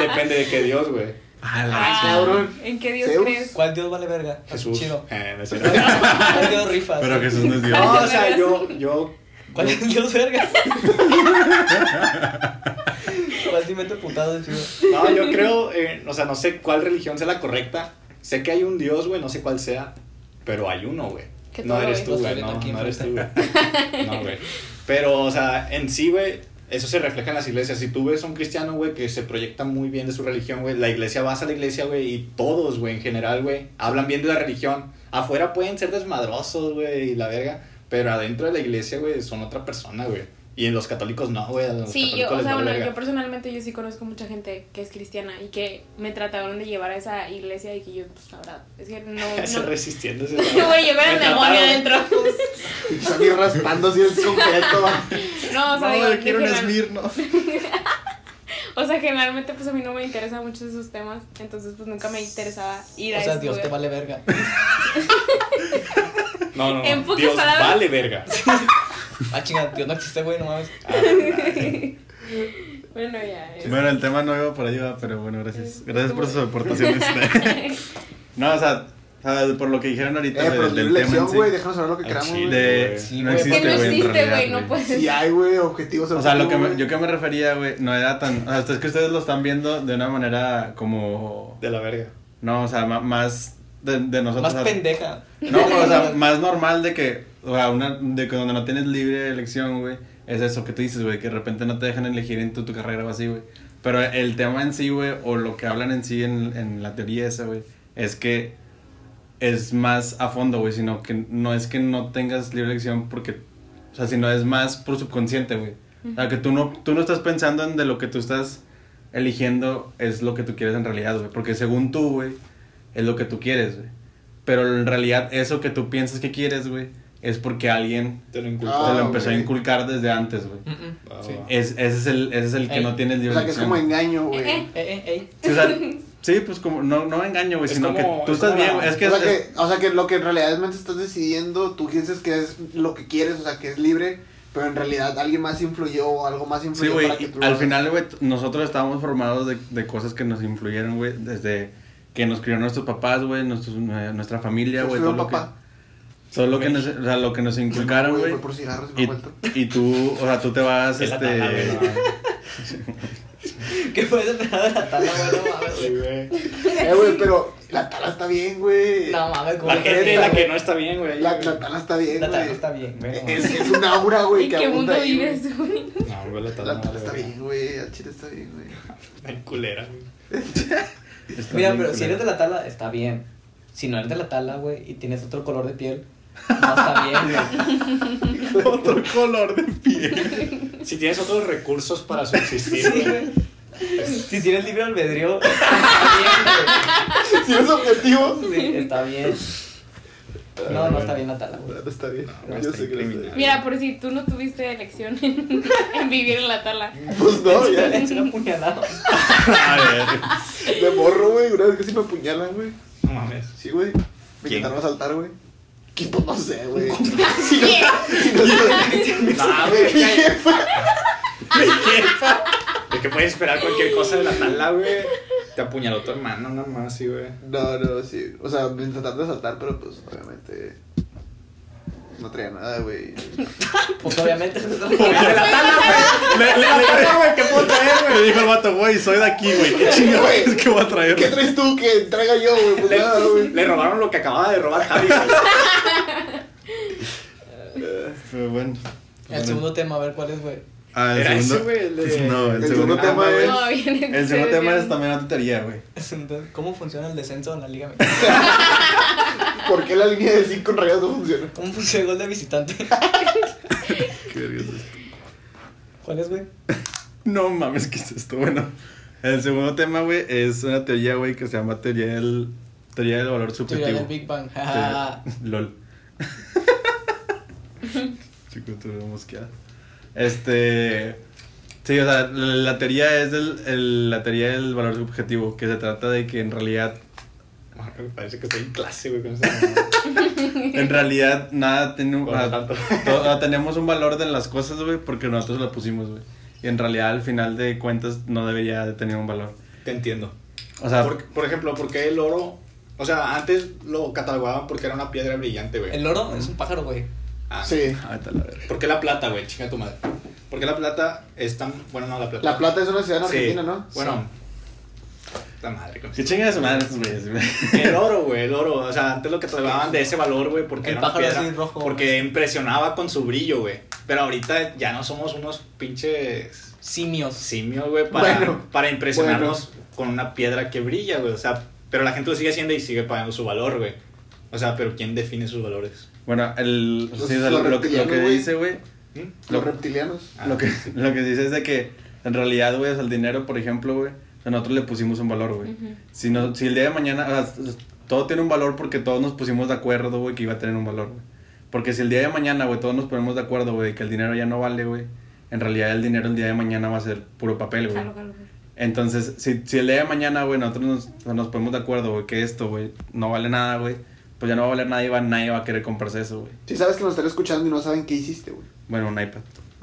F: depende de qué Dios, güey.
B: A la
D: Ah,
A: cabrón.
D: ¿En qué Dios
A: Zeus.
D: crees?
E: ¿Cuál Dios vale verga? Ah,
F: Jesús.
E: Chido.
F: Eh, no [LAUGHS] es cierto.
E: ¿Cuál Dios rifas?
B: Pero Jesús no es Dios.
F: No, o sea, yo, yo,
E: ¿Cuál es Dios verga? ¿Cuál invento putado, chido?
F: no, yo creo, eh, o sea, no sé cuál religión sea la correcta. Sé que hay un Dios, güey, no sé cuál sea, pero hay uno, güey.
D: Que
F: No
D: todo
F: eres
D: es.
F: tú, güey, no,
E: Aquí
F: no eres tú,
E: enfrente.
F: güey. No, güey. Pero, o sea, en sí, güey, eso se refleja en las iglesias. Si tú ves a un cristiano, güey, que se proyecta muy bien de su religión, güey, la iglesia vas a la iglesia, güey, y todos, güey, en general, güey, hablan bien de la religión. Afuera pueden ser desmadrosos, güey, y la verga, pero adentro de la iglesia, güey, son otra persona, güey. Y en los católicos no, güey. a los
D: Sí, yo,
F: católicos
D: o
F: les
D: sea,
F: vale
D: bueno,
F: verga.
D: yo personalmente yo sí conozco mucha gente que es cristiana y que me trataron de llevar a esa iglesia y que yo, pues la verdad, es que no,
F: [LAUGHS] Eso
D: [LAUGHS] no,
F: resistiéndose.
D: no voy a llevar al
F: Me
D: demonio
F: trataron.
D: adentro. [LAUGHS]
A: Y está aquí raspando así el concreto, va.
D: No, o sea, digo,
A: yo quiero un
D: de general-
A: esmirno.
D: o sea, generalmente pues a mí no me interesan mucho esos temas, entonces pues nunca me interesaba ir a
E: O sea,
D: ese
E: Dios te
D: lugar.
E: vale verga.
F: No, no, no.
D: En pocas
F: Dios
D: palabras.
F: vale verga.
E: Ah, chinga, Dios no existe, güey, no mames.
F: Ah,
D: [LAUGHS] Bueno, ya. es-
B: Bueno, el tema no iba por ahí, va, pero bueno, gracias. Gracias por sus
D: [LAUGHS]
B: aportaciones. [LAUGHS] no, o sea, ¿sabes? por lo que dijeron
A: Eh,
B: ahorita de-
A: pero es
B: del
A: libre
B: tema en
A: elección,
B: sí,
A: güey, déjanos saber lo que
F: Al
A: queramos,
F: chile.
A: güey.
B: de-
E: Sí,
B: no
E: güey.
B: existe,
D: que
B: güey,
D: no
B: en
D: existe,
B: realidad,
D: güey, no puedes.
A: Si hay, güey, objetivos.
B: O sea, lo que me-
A: objetivos,
B: yo que me refería, güey, no era tan... O sea, es que ustedes lo están viendo de una manera como...
F: De la verga.
B: No, o sea, ma- más de, de nosotros.
E: Más
B: o sea,
E: pendeja.
B: No, pero, o sea, más normal de que, o sea, una, de que donde no tienes libre elección, güey, es eso que tú dices, güey, que de repente no te dejan elegir en tu, tu carrera o así, güey. Pero el tema en sí, güey, o lo que hablan en sí en, en la teoría esa, güey, es que es más a fondo, güey, sino que no es que no tengas libre elección porque, o sea, sino es más por subconsciente, güey. O sea, que tú no, tú no estás pensando en de lo que tú estás eligiendo es lo que tú quieres en realidad, güey. Porque según tú, güey, es lo que tú quieres, güey. Pero en realidad eso que tú piensas que quieres, güey, es porque alguien
A: Ah,
B: te
F: Te lo
B: lo
F: inculcó.
B: empezó
A: güey.
B: a inculcar desde antes, güey.
E: Mm-mm.
F: Ah,
E: Sí.
F: va.
B: Es, ese, es el, ese es el que
E: Ey.
B: no tienes
A: güey.
B: libre
A: O sea, que es
B: elección.
A: como engaño, güey.
D: Eh,
E: Eh, eh, eh.
B: Sí, o
F: [LAUGHS]
B: sea, sí, pues como, no, no engaño, güey,
F: Es
B: sino
F: como-
B: que tú
F: es
B: estás
F: como
B: bien,
F: la-
B: güey. Es que,
A: o, sea
B: es-
A: que, o sea que lo que en realidad realmente estás decidiendo, tú piensas que es lo que quieres, o sea que es libre, pero en realidad alguien más influyó o algo más
B: Sí,
A: influyó
B: güey.
A: para que tú lo
B: Al
A: hagas.
B: final, güey, t- nosotros estábamos formados de, de cosas que nos influyeron, güey, desde que nos criaron nuestros papás, güey, nuestros- nue- nuestra familia,
A: Yo
B: güey.
A: fui
B: Todo,
A: un
B: lo que,
A: papá.
B: todo lo que nos, o sea, lo que nos inculcaron,
A: Güey,
B: güey.
A: fue por cigarros y me he
B: Y,
E: [LAUGHS]
A: vuelto.
B: y tú, o sea, tú te vas,
F: Es la tala, güey,
B: este...
F: no mames.
E: [LAUGHS] ¿Qué fue esa pegada de la tala, güey? No mames.
F: Sí, güey.
A: Eh, güey, pero la tala está bien, güey.
E: No mames, ¿cómo
F: La
E: crees,
F: gente la
E: güey?
F: que no está bien, güey.
A: La, la tala está bien,
E: La tala
A: güey.
E: está bien, güey. no
A: Es,
E: mames.
A: es un aura, güey,
D: ¿En
A: que
D: qué
A: abunda
D: mundo
A: ahí, güey.
D: vives, güey?
F: No, güey, la tala
A: La tala
F: no vale
A: está
F: verga.
A: bien, güey. Al chile está bien, güey.
E: [LAUGHS]
A: [LAUGHS]
F: Ay, culera, güey.
B: está
E: Mira,
B: bien
E: pero si
B: culero.
E: eres de la tala, está bien. Si no eres de la tala, güey, y tienes otro color de piel, no está bien,
A: [LAUGHS]
E: güey.
B: Otro color de piel.
F: Si tienes otros recursos para subsistir,
E: Sí,
F: güey.
E: güey. Si tienes libre albedrío, [LAUGHS] está
A: Si es objetivo.
E: bien, güey. Sí, está bien. No, no está bien la tala, güey.
A: La tala está bien.
F: güey,
A: Yo
F: está
A: sé que no está
F: criminal.
A: bien.
D: Mira, por si tú no tuviste elección en, [LAUGHS] en vivir en la tala.
A: Pues no, ya.
E: Es una puñalada.
B: A ver.
A: De morro, güey. Una vez que sí me apuñalan, güey.
F: No mames.
A: [LAUGHS] Sí, güey. Me
F: ¿Quién?
A: intentaron asaltar, güey. ¿Qué? Pues no sé, [LAUGHS] güey.
D: ¿Qué?
A: [LAUGHS]
F: Nah, güey,
A: Mi
F: ya-
A: jefa.
F: De que puedes esperar cualquier cosa de la tala, güey. Te apuñaló tu hermano, nada más, sí, güey.
A: No, no, sí. O sea, me intentaron asaltar, pero pues obviamente. No traía nada, güey.
E: Pues obviamente.
F: De la tala,
D: [LAUGHS]
F: güey.
B: Le, le,
F: güey, ¿qué puedo traer,
B: le- le dijo el vato, güey, soy de aquí, güey. ¿Qué chingados es que voy a traer?
A: ¿Qué traes
B: güey?"
A: tú que traiga yo, güey? Pues nada,
F: Le,
A: güey.
F: le robaron lo que acababa de robar Javi, güey.
B: Pero bueno.
E: El segundo tema, a ver cuál es, güey.
B: Ah,
F: Era
B: el
F: ese,
B: segundo.
F: güey, el de-
B: No, el,
A: El
B: segundo
A: segundo
B: tema.
A: tema es.
D: No, viene
B: El segundo
D: ser
B: tema
D: bien.
B: es también una tontería, güey.
E: Entonces, ¿Cómo funciona el descenso en la Liga Mexicana?
A: ¿Por qué la línea de 5 en rayas no funciona?
E: ¿Cómo funciona el gol de visitante?
B: Qué vergüenza.
E: ¿Cuál es, güey?
B: No mames, ¿qué es esto? Bueno, el segundo tema, güey, es una teoría, güey, que se llama teoría del, teoría del valor
E: Teoría
B: subjetivo.
E: del Big Bang.
B: Teoría-
E: Ah,
F: [LAUGHS]
B: LOL. Chico, te veo mosqueada. Este. Sí, o sea, la, la teoría es del, el- la teoría del valor subjetivo, que se trata de que en realidad,
F: Me parece que estoy en clase, güey, con esa mamada.
B: en realidad nada tiene un,
F: Por lo tanto.
B: To- ah, tenemos un valor de las cosas, güey, porque nosotros la pusimos, güey. Y en realidad, al final de cuentas, no debería de tener un valor.
F: Te entiendo.
B: O sea,
F: por, por ejemplo, ¿por qué el oro? O sea, antes lo catalogaban porque era una piedra brillante, güey.
E: [LAUGHS] El oro es un pájaro, güey.
F: Ah,
A: Sí.
B: ah, vete a la verga.
F: ¿Por qué la plata, güey? Chinga tu madre. ¿Por qué la plata es tan. Bueno, no, la plata.
A: La Plata es una ciudad en
F: Sí.
A: Argentina, ¿no?
F: Bueno. La madre, con-
B: Que chingan a su madre estos güeyes, güey.
F: El oro, güey, el oro. O sea, antes lo que catalogaban de ese valor, güey, porque
E: El
F: era una
E: pájaro
F: piedra,
E: así rojo.
F: Porque impresionaba con su brillo, güey. Pero ahorita ya no somos unos pinches
E: Simios.
F: simios, güey, para,
A: Bueno,
F: para impresionarnos con una piedra que brilla, güey. O sea, pero la gente lo sigue haciendo y sigue pagando su valor, güey. O sea, pero ¿quién define sus valores?
B: Bueno, el,
A: Los-
B: sí, o sea,
A: los
B: lo, lo que- lo que
A: reptilianos, güey.
B: dice, güey,
F: ¿Mm?
A: Los reptilianos.
F: Ah,
B: lo, que, lo que dice es de que en realidad, güey, o sea, el dinero, por ejemplo, güey, o sea, nosotros le pusimos un valor, güey.
D: Ujú.
B: si, no, si el día de mañana, o sea, todo tiene un valor porque todos nos pusimos de acuerdo, güey, que iba a tener un valor, güey. Porque si el día de mañana, güey, todos nos ponemos de acuerdo, güey, de que el dinero ya no vale, güey, en realidad el dinero el día de mañana va a ser puro papel, güey.
D: Jalo, jalo, jalo.
B: Entonces, si, si el día de mañana, güey, nosotros nos, o sea, nos ponemos de acuerdo, güey, que esto, güey, no vale nada, güey, pues ya no va a valer nada y va, nadie va a querer comprarse eso, güey.
A: Si sabes que nos están escuchando y no saben qué hiciste, güey.
B: Bueno, un iPad.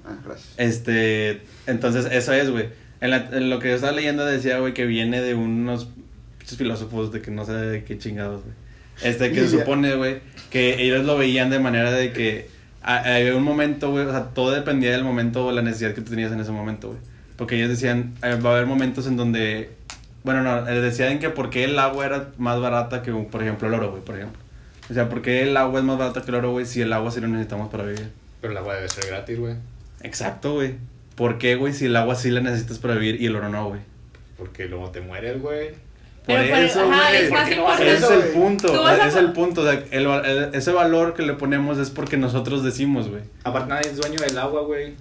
A: Ah, gracias.
B: Este, entonces, eso es, güey. En, la- en lo que yo estaba leyendo decía, güey, que viene de unos pinches filósofos de que no sé de qué chingados, güey. Este, que se
A: Ya.
B: supone, güey, que ellos lo veían de manera de que a- había un momento, güey, o sea, todo dependía del momento o la necesidad que tú tenías en ese momento, güey. Porque ellos decían, eh, va a haber momentos en donde, bueno, no, eh, decían que por qué el agua era más barata que, por ejemplo, el oro, güey, por ejemplo. O sea, ¿por qué el agua es más barata que el oro, güey, si el agua sí lo necesitamos para vivir?
F: Pero el agua debe ser gratis, güey.
B: Exacto, güey. ¿Por qué, güey, si el agua sí la necesitas para vivir y el oro no, güey?
F: Porque luego te mueres, güey.
B: Por
D: Pero por-
B: eso,
D: ajá,
B: güey.
D: es
B: ¿por
D: más
B: qué
D: importante.
B: Ese es
A: Eso,
B: el
A: güey.
B: punto.
D: Tú vas a-
B: Es el punto. o sea, el va- el- ese valor que le ponemos es porque nosotros decimos, güey.
F: Aparte nadie es dueño del agua, güey.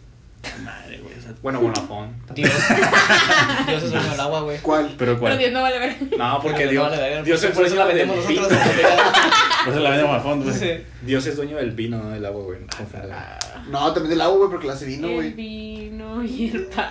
B: Madre, güey.
F: Bueno, Bonafón.
E: [LAUGHS] Dios. Dios es dueño del agua, güey.
A: ¿Cuál?
B: Pero
D: Pero
B: cuál.
D: Dios no vale ver.
F: No, porque
E: No,
F: Dios,
E: no, la verga,
F: Dios es
E: por eso la
F: dueño
E: vendemos
F: del
E: nosotros.
F: vino.
B: Pues se la venden a fondo, güey.
E: Sí.
F: [LAUGHS] Dios es dueño del vino, no del agua, güey. No,
E: Ah,
A: No, también del agua, güey, porque la hace vino,
D: El
A: güey.
D: vino y el pan.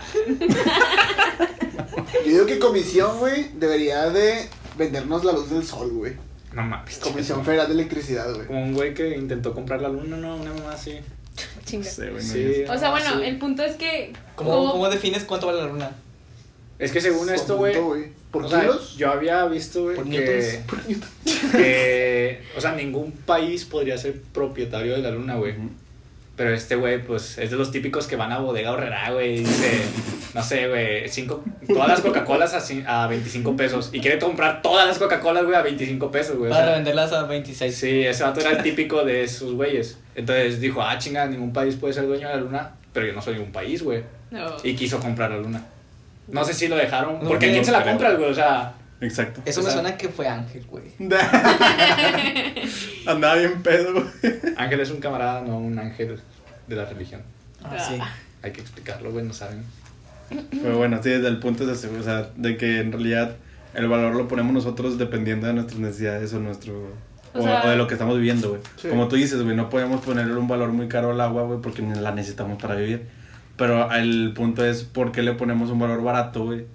A: Yo digo que comisión, güey, debería de vendernos la luz del sol, güey.
F: no mames.
A: Comisión
F: chica,
A: Federal de Electricidad, güey.
F: Como un güey que intentó comprar la luna, no, una mamá así.
B: No
D: Chinga.
B: sé, güey. no
F: Sí.
D: O sea, bueno,
F: sí.
D: el punto es que.
E: ¿Cómo,
D: como-
E: ¿Cómo defines cuánto vale la luna?
F: Es que según esto, güey.
A: Conjunto, ¿Por
F: o sea,
A: kilos?
F: yo había visto, güey,
E: [LAUGHS] Por
F: que, que. O sea, ningún país podría ser propietario de la luna, güey.
B: Ujú.
F: Pero este güey, pues, es de los típicos que van a bodega horrera, güey, y dice, no sé, güey, cinco, todas las Coca-Colas a, cin- a 25 pesos. Y quiere comprar todas las Coca-Colas, güey, a 25 pesos, güey. o
E: Para
F: sea,
E: revenderlas a 26.
F: Pues sí, ese vato era el típico de esos güeyes. Entonces dijo, ah, chinga, ningún país puede ser dueño de la luna, pero yo no soy un país, güey.
D: No.
F: Y quiso comprar la luna. No sé si lo dejaron,
E: No,
F: porque
E: no,
F: ¿quién se la
B: creo.
F: compra, güey? O sea,
B: Exacto.
E: Eso
F: O
E: me
F: sea-
E: suena que fue Ángel, güey.
B: [LAUGHS] Andaba bien pedo, güey.
F: Ángel es un camarada, no un ángel de la religión.
E: Ah, sí.
F: Hay que explicarlo, güey, no saben.
B: Pero bueno, sí, desde el punto de, o sea, de que en realidad el valor lo ponemos nosotros dependiendo de nuestras necesidades o nuestro... O,
D: O sea-
B: o de lo que estamos viviendo, güey.
A: Sí.
B: Como tú dices, güey, no podemos ponerle un valor muy caro al agua, güey, porque la necesitamos para vivir. Pero el punto es por qué le ponemos un valor barato, güey,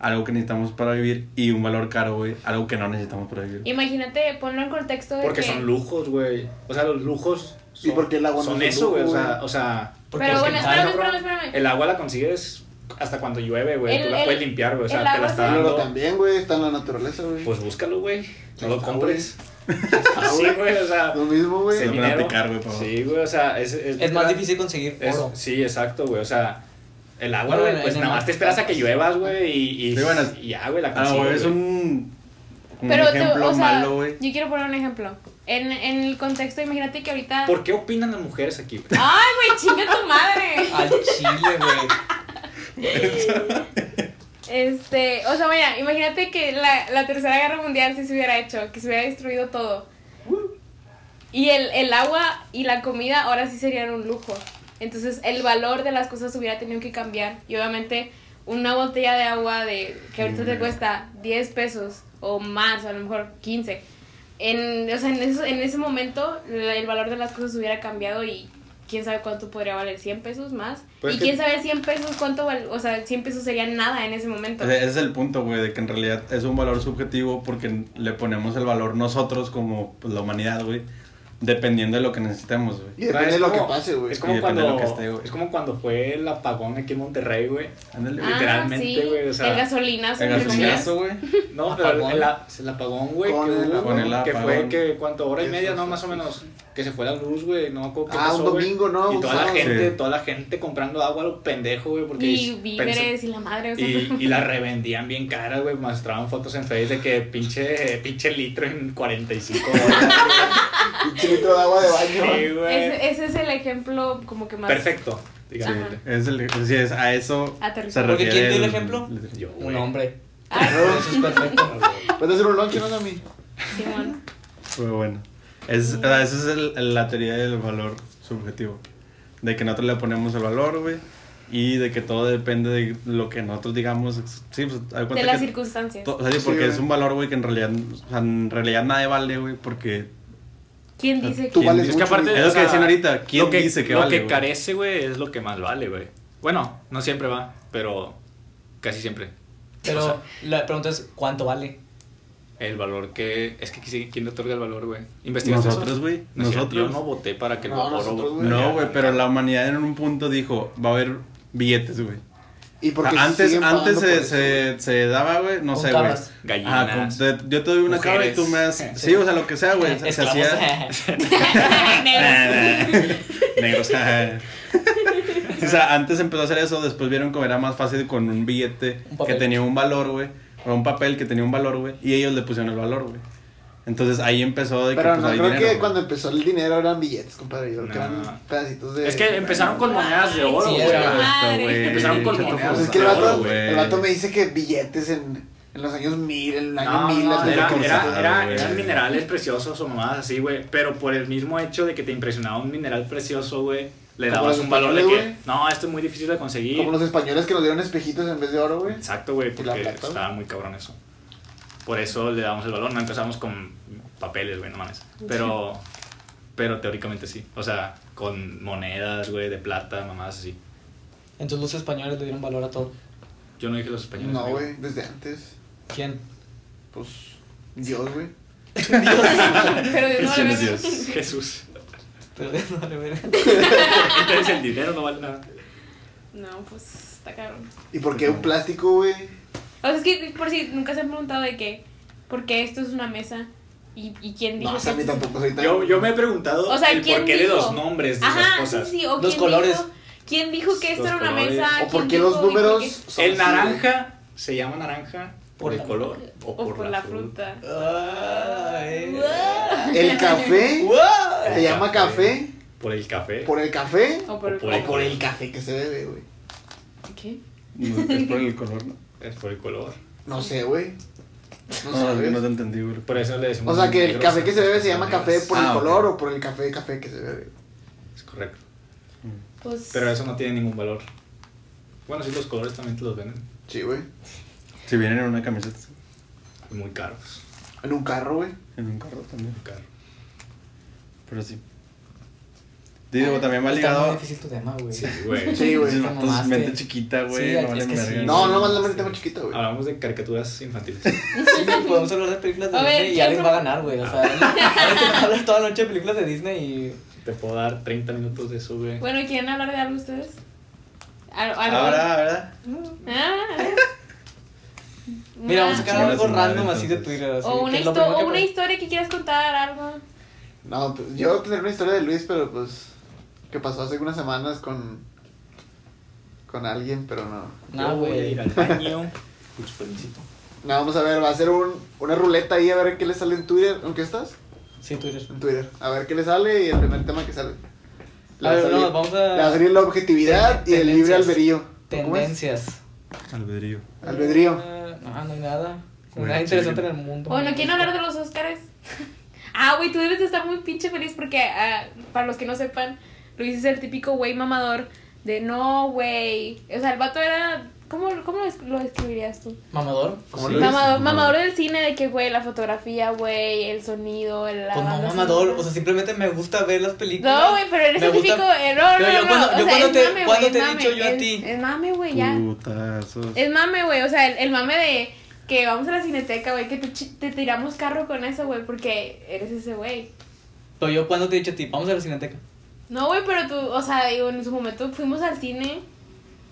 B: algo que necesitamos para vivir y un valor caro, güey, algo que no necesitamos para vivir.
D: Imagínate, ponlo en contexto de
F: Porque
D: que...
F: son lujos, güey. O sea, los lujos
A: ¿Y
F: son,
A: por qué el agua no
F: son
A: es un
F: eso, güey. O
A: lujo,
F: sea,
A: güey?
F: o sea,
E: Porque
D: Pero
E: es que
D: bueno,
E: nada-
D: espérame, espérame, espérame.
F: el agua la consigues hasta cuando llueve, güey. Tú
D: El-
F: la
D: el-
F: puedes limpiar, güey. O
D: el
F: sea, te
D: agua
F: la
D: se-
F: está
A: Pero
F: dando.
A: también, güey, está en la naturaleza, güey.
F: Pues búscalo, güey. No
A: Ahí
F: lo
A: está,
F: compres.
A: Ah,
F: Así,
A: güey.
F: güey, o sea.
A: Lo mismo, güey.
F: se
B: Lo
F: dinero.
B: platicar, güey, por favor.
F: Sí, güey, o sea, es, es,
E: es más difícil conseguir
F: es-
E: oro.
F: sí, exacto, güey. O sea, el agua,
E: Bueno,
F: güey,
E: en
F: pues
E: el
F: nada
E: mar.
F: más te esperas a que lluevas, güey, y, y,
B: Sí, bueno,
F: y ya, güey, la
B: Ah,
F: consigues.
B: güey, es
F: güey.
B: un, un
D: Pero, te-
B: ejemplo
D: o sea,
B: malo, güey.
D: yo quiero poner un ejemplo. En, en el contexto, imagínate que ahorita... [LAUGHS]
F: ¿Por qué opinan las mujeres aquí, güey?
D: ¡Ay, güey, chinga tu madre!
E: Al chile,
F: [LAUGHS]
E: güey.
D: Este, o sea, vaya, imagínate que la, la Tercera Guerra Mundial sí se hubiera hecho, que se hubiera destruido todo. Y el, el agua y la comida ahora sí serían un lujo. Entonces el valor de las cosas hubiera tenido que cambiar. Y obviamente una botella de agua de que ahorita te cuesta 10 pesos o más, o a lo mejor 15. En, o sea, en, eso- en ese momento la- el valor de las cosas hubiera cambiado y quién sabe cuánto podría valer 100 pesos más.
F: Pues
D: y
F: que-
D: quién sabe 100 pesos cuánto val, o sea, 100 pesos sería nada en ese momento.
B: O sea, Ese es el punto, güey, de que en realidad es un valor subjetivo porque le ponemos el valor nosotros como pues, la humanidad, güey, dependiendo de lo que necesitemos, güey.
A: Y depende
F: Ah, Es
A: de lo que
F: como-
A: pase, güey.
F: Es como,
B: Y depende de
F: cuando,
B: lo que esté, güey.
F: es como cuando fue el apagón aquí en Monterrey, güey.
B: Ándale,
E: Ah.
B: güey.
F: literalmente,
D: Ah, sí,
F: güey, o sea,
D: el gasolinazo.
B: El
D: entre comillas.
B: gasolinazo, güey.
F: No, pero
E: Apagón.
F: el, a- el apagón, güey, que,
A: Con el
F: hubo,
A: apagón.
F: güey,
B: Con el
F: que
B: apagón.
F: fue que, ¿cuánto? Hora y
A: Eso,
F: media, no,
A: eso,
F: más o
A: eso.
F: menos, que se fue la luz, güey, no, ¿cómo- ¿qué
A: Ah, un
F: pasó, güey?
A: domingo, ¿no?
F: Y
A: Un
F: toda la
A: sábado.
F: gente,
B: Sí.
F: toda la gente comprando agua a lo pendejo, güey, porque
D: Y
F: es-
D: víveres y la madre, o sea. pues,
F: Y, y la revendían bien cara, güey. Mostraban fotos en Facebook de que pinche, pinche litro en 45 dólares.
A: Un chilito de agua de
F: Sí,
D: [LAUGHS]
A: baño.
F: güey.
D: Ese, ese es el ejemplo como que más...
F: Perfecto, digamos.
D: Ajá.
B: Es el, sí, es a eso
D: Aterrizar.
B: se
E: Porque
B: refiere.
E: ¿quién dio el ejemplo?
F: Yo, güey.
E: Un hombre.
D: Ah,
E: Eso es perfecto.
A: Puedes hacer un lunch, ¿no, Dami?
F: [LAUGHS]
D: Simón.
B: Pero bueno, es, o sea, esa es el- el- la teoría del valor subjetivo. De que nosotros le ponemos el valor, güey. Y de que todo depende de lo que nosotros digamos. Sí, pues, haz cuenta
D: De las
B: que
D: circunstancias.
B: to- o sea, sí,
A: Sí,
B: porque
A: güey.
B: es un valor, güey, que en realidad, o sea, en realidad nadie vale, güey, porque...
D: ¿Quién dice
A: Tú
D: que... [LAUGHS]
A: vales
F: Es que
A: mucho,
F: aparte.
A: güey.
B: Es lo
F: o sea,
B: que decían ahorita, ¿quién
F: lo que,
B: dice que
F: Lo
B: vale,
F: que
B: güey?
F: carece, güey, es lo que más vale, güey. Bueno, no siempre va, pero casi siempre. O sea,
E: Pero la pregunta es, ¿cuánto vale?
F: el valor que. Es que sí, ¿quién le otorga el valor, güey? ¿Investigas
B: Nosotros,
F: eso?
B: güey.
F: No es cierto,
B: Nosotros.
F: Yo no voté para que el
A: No,
F: valor.
A: nosotros, güey.
B: No, güey, pero la humanidad en un punto dijo, va a haber billetes, güey.
A: Y porque
B: antes
A: siguen
B: antes
A: pagando por
B: se,
A: eso,
B: se, se daba, güey, no
E: Con
B: sé, güey.
E: cabras.
F: Gallinas.
B: Ajá, con- te- yo te doy una cabra y
F: Mujeres.
B: tú me das... Sí, o sea, lo que sea, güey. se- Se
E: Esclavos.
B: hacía...
E: [LAUGHS]
D: Negros.
B: Negros. o sea, antes empezó a hacer eso, después vieron que era más fácil con un billete
E: Un papel.
B: que tenía un valor, güey. O un papel que tenía un valor, güey. Y ellos le pusieron el valor, güey. Entonces ahí empezó de que
A: Pero
B: pues,
A: no,
B: hay
A: creo
B: dinero,
A: que
B: güey.
A: cuando empezó el dinero eran billetes, compadre. Yo creo que
F: No.
A: eran pedacitos de.
F: Es que empezaron con monedas de oro,
E: sí,
F: güey.
E: era.
B: Exacto, güey.
F: Empezaron con
B: Exacto,
A: Pues
F: monedas.
A: es que el
F: de oro,
A: vato,
B: güey.
A: el vato me dice que billetes en, en los años 1000, en el año
F: No,
A: 1000.
F: no,
A: las-
F: era-
B: como
F: era-
B: si-
F: era-
B: güey.
F: eran minerales preciosos o mamadas así, güey. Pero por el mismo hecho de que te impresionaba un mineral precioso, güey, le
A: Como
F: dabas
A: los
F: un valor de que,
A: españoles, güey.
F: no, esto es muy difícil de conseguir.
A: Como los españoles que nos dieron espejitos en vez de oro, güey.
F: Exacto, güey,
A: la
F: porque
A: plata?
F: estaba muy cabrón eso. Por eso le damos el valor, no empezamos con papeles, güey, no mames. Pero, pero teóricamente sí. O sea, con monedas, güey, de plata, mamadas así.
E: Entonces los españoles le dieron valor a todo.
F: Yo no dije los españoles.
A: No,
F: amigo.
A: güey, desde antes.
E: ¿Quién? [LAUGHS]
A: Pues Dios, güey.
D: Pero Dios no le
B: Gracias,
D: ve. [LAUGHS]
B: Dios.
F: Jesús.
E: Pero no le veré.
F: [LAUGHS] Entonces el dinero no vale nada.
D: No, pues está cabrón.
A: ¿Y por qué un plástico, güey?
D: O sea, es que por si nunca se han preguntado de qué. Porque esto es una mesa. ¿Y, y quién dijo
A: No, o sea, a
D: que
A: mí
D: esto es-
A: tampoco soy tan.
F: Yo, yo me he preguntado
D: O sea,
F: el
D: ¿quién
F: porqué de
D: dijo?
F: los nombres de esas
D: Ajá, sí,
F: cosas.
D: sí. O
E: Los
D: quién
E: colores.
D: Dijo, ¿Quién dijo que esto
F: Los
D: era una
F: colores.
A: ¿O
D: mesa?
A: por
D: Ah, ¿Quién
A: qué
D: dijo
A: los
D: y por
A: números
D: qué?
A: son
F: El
A: así,
F: naranja se llama naranja por el
E: la-
F: color
D: O por, la fruta.
E: Ay.
A: güey? El
D: [LAUGHS]
A: café
E: Wow.
A: se llama café
F: Por el café.
A: por el café
D: O por,
F: O por
A: o por el café que se bebe, güey.
D: ¿Qué?
B: No, Es por el color, ¿no?
F: Es por el color.
A: No sé, güey. No,
B: No,
A: Pues, sabes.
B: Ah, no te entendí, güey.
F: Por eso le decimos.
A: O sea, que el
F: negros
A: café
F: a
A: que se bebe
F: los
A: se llama café
F: negros.
A: por
B: Ah,
A: el
B: ok.
A: color o por el café de café que se bebe.
F: Es correcto.
D: Pues.
F: Pero eso no tiene ningún valor. Bueno, sí, los colores también te los venden.
A: Sí, güey.
B: Si vienen en una camiseta,
F: Muy caros.
A: En un carro, güey.
B: en un carro también.
F: Muy caros.
B: Pero sí. Digo, también va
E: Está muy
B: ligado.
E: difícil tu tema, güey.
F: [LAUGHS] Güey.
A: Sí, güey.
B: Dices,
E: te
B: "Vatos,
E: mamaste".
B: mente chiquita, güey.
E: Sí,
B: no
E: es
B: valen
E: que sí.
B: verga.
A: No, no, más la mente tengo chiquita,
E: Ah.
A: güey.
F: Hablamos de caricaturas infantiles.
E: Sí, güey, podemos hablar de películas de
D: A ver,
E: Disney y
D: ¿quién
E: alguien va a
D: pro-
E: ganar, güey. O sea, alguien va a hablar toda la noche de películas de Disney
F: Te puedo dar 30 minutos de eso, güey.
D: Bueno, ¿quieren hablar de algo ustedes? Al- algo-
B: Ahora, ¿verdad?
D: Ah.
E: y. Mira,
D: Una-
E: vamos a sacar
B: Chinga
E: algo
B: su madre,
E: random así de
B: entonces.
E: Twitter. Así,
D: O una,
E: que es lo
D: histo-
E: primero
D: o
E: que-
D: una historia que quieras contar, algo.
A: No, pues, yo tener una historia de Luis, pero pues. Que pasó hace unas semanas con. Con alguien, pero no.
E: No, güey.
F: al baño. Pues permisito.
A: No, vamos a ver, va a ser un, una ruleta ahí a ver qué le sale en Twitter. ¿En qué estás?
E: Sí, Twitter.
A: En Twitter. A ver qué le sale y el primer tema que sale. Le
E: A
A: va a
E: ver, no,
A: salir-
E: vamos
A: le va a
E: a.
A: salir la objetividad
E: Ten-
A: y el libre
E: tendencias.
A: albedrío. ¿Cómo es?
E: Tendencias.
B: Albedrío.
A: Albedrío.
E: Eh, No, no hay nada. No hay
B: Güey,
E: nada interesante
B: sí.
E: en el mundo.
D: Bueno, ¿quieren hablar de los Óscares? [LAUGHS] ah, güey, tú debes de estar muy pinche feliz porque, ah, para los que no sepan, Luis es el típico güey mamador de no, güey. O sea, el vato era... ¿Cómo, cómo lo es- lo describirías tú?
E: ¿Mamador?
A: ¿Cómo
B: Sí.
A: lo ves?
B: mamador.
D: Mamador, mamador del cine de que, güey, la fotografía, güey, el sonido, el... la
E: Pues no,
D: banda
E: mamador.
D: sonora.
E: O sea, simplemente me gusta ver las películas.
D: No, güey, pero eres
E: Me
D: el
E: gusta-
D: típico... eh, no, no,
E: Pero yo
D: no,
E: cuando-
D: o
E: yo
D: sea,
E: cuando
D: es
E: te-
D: mame,
E: cuando
D: güey,
E: te he
D: es mame,
E: dicho yo a
D: es-
E: ti. Uh.
D: Es mame, güey, ya.
B: Putazos.
D: Es mame, güey, o sea, el, el mame de que vamos a la cineteca, güey, que te, chi- te tiramos carro con eso, güey, porque eres ese güey.
E: Pero yo cuando te he dicho a ti, vamos a la cineteca.
D: No, güey, pero tú, o sea, digo, en su momento fuimos al cine.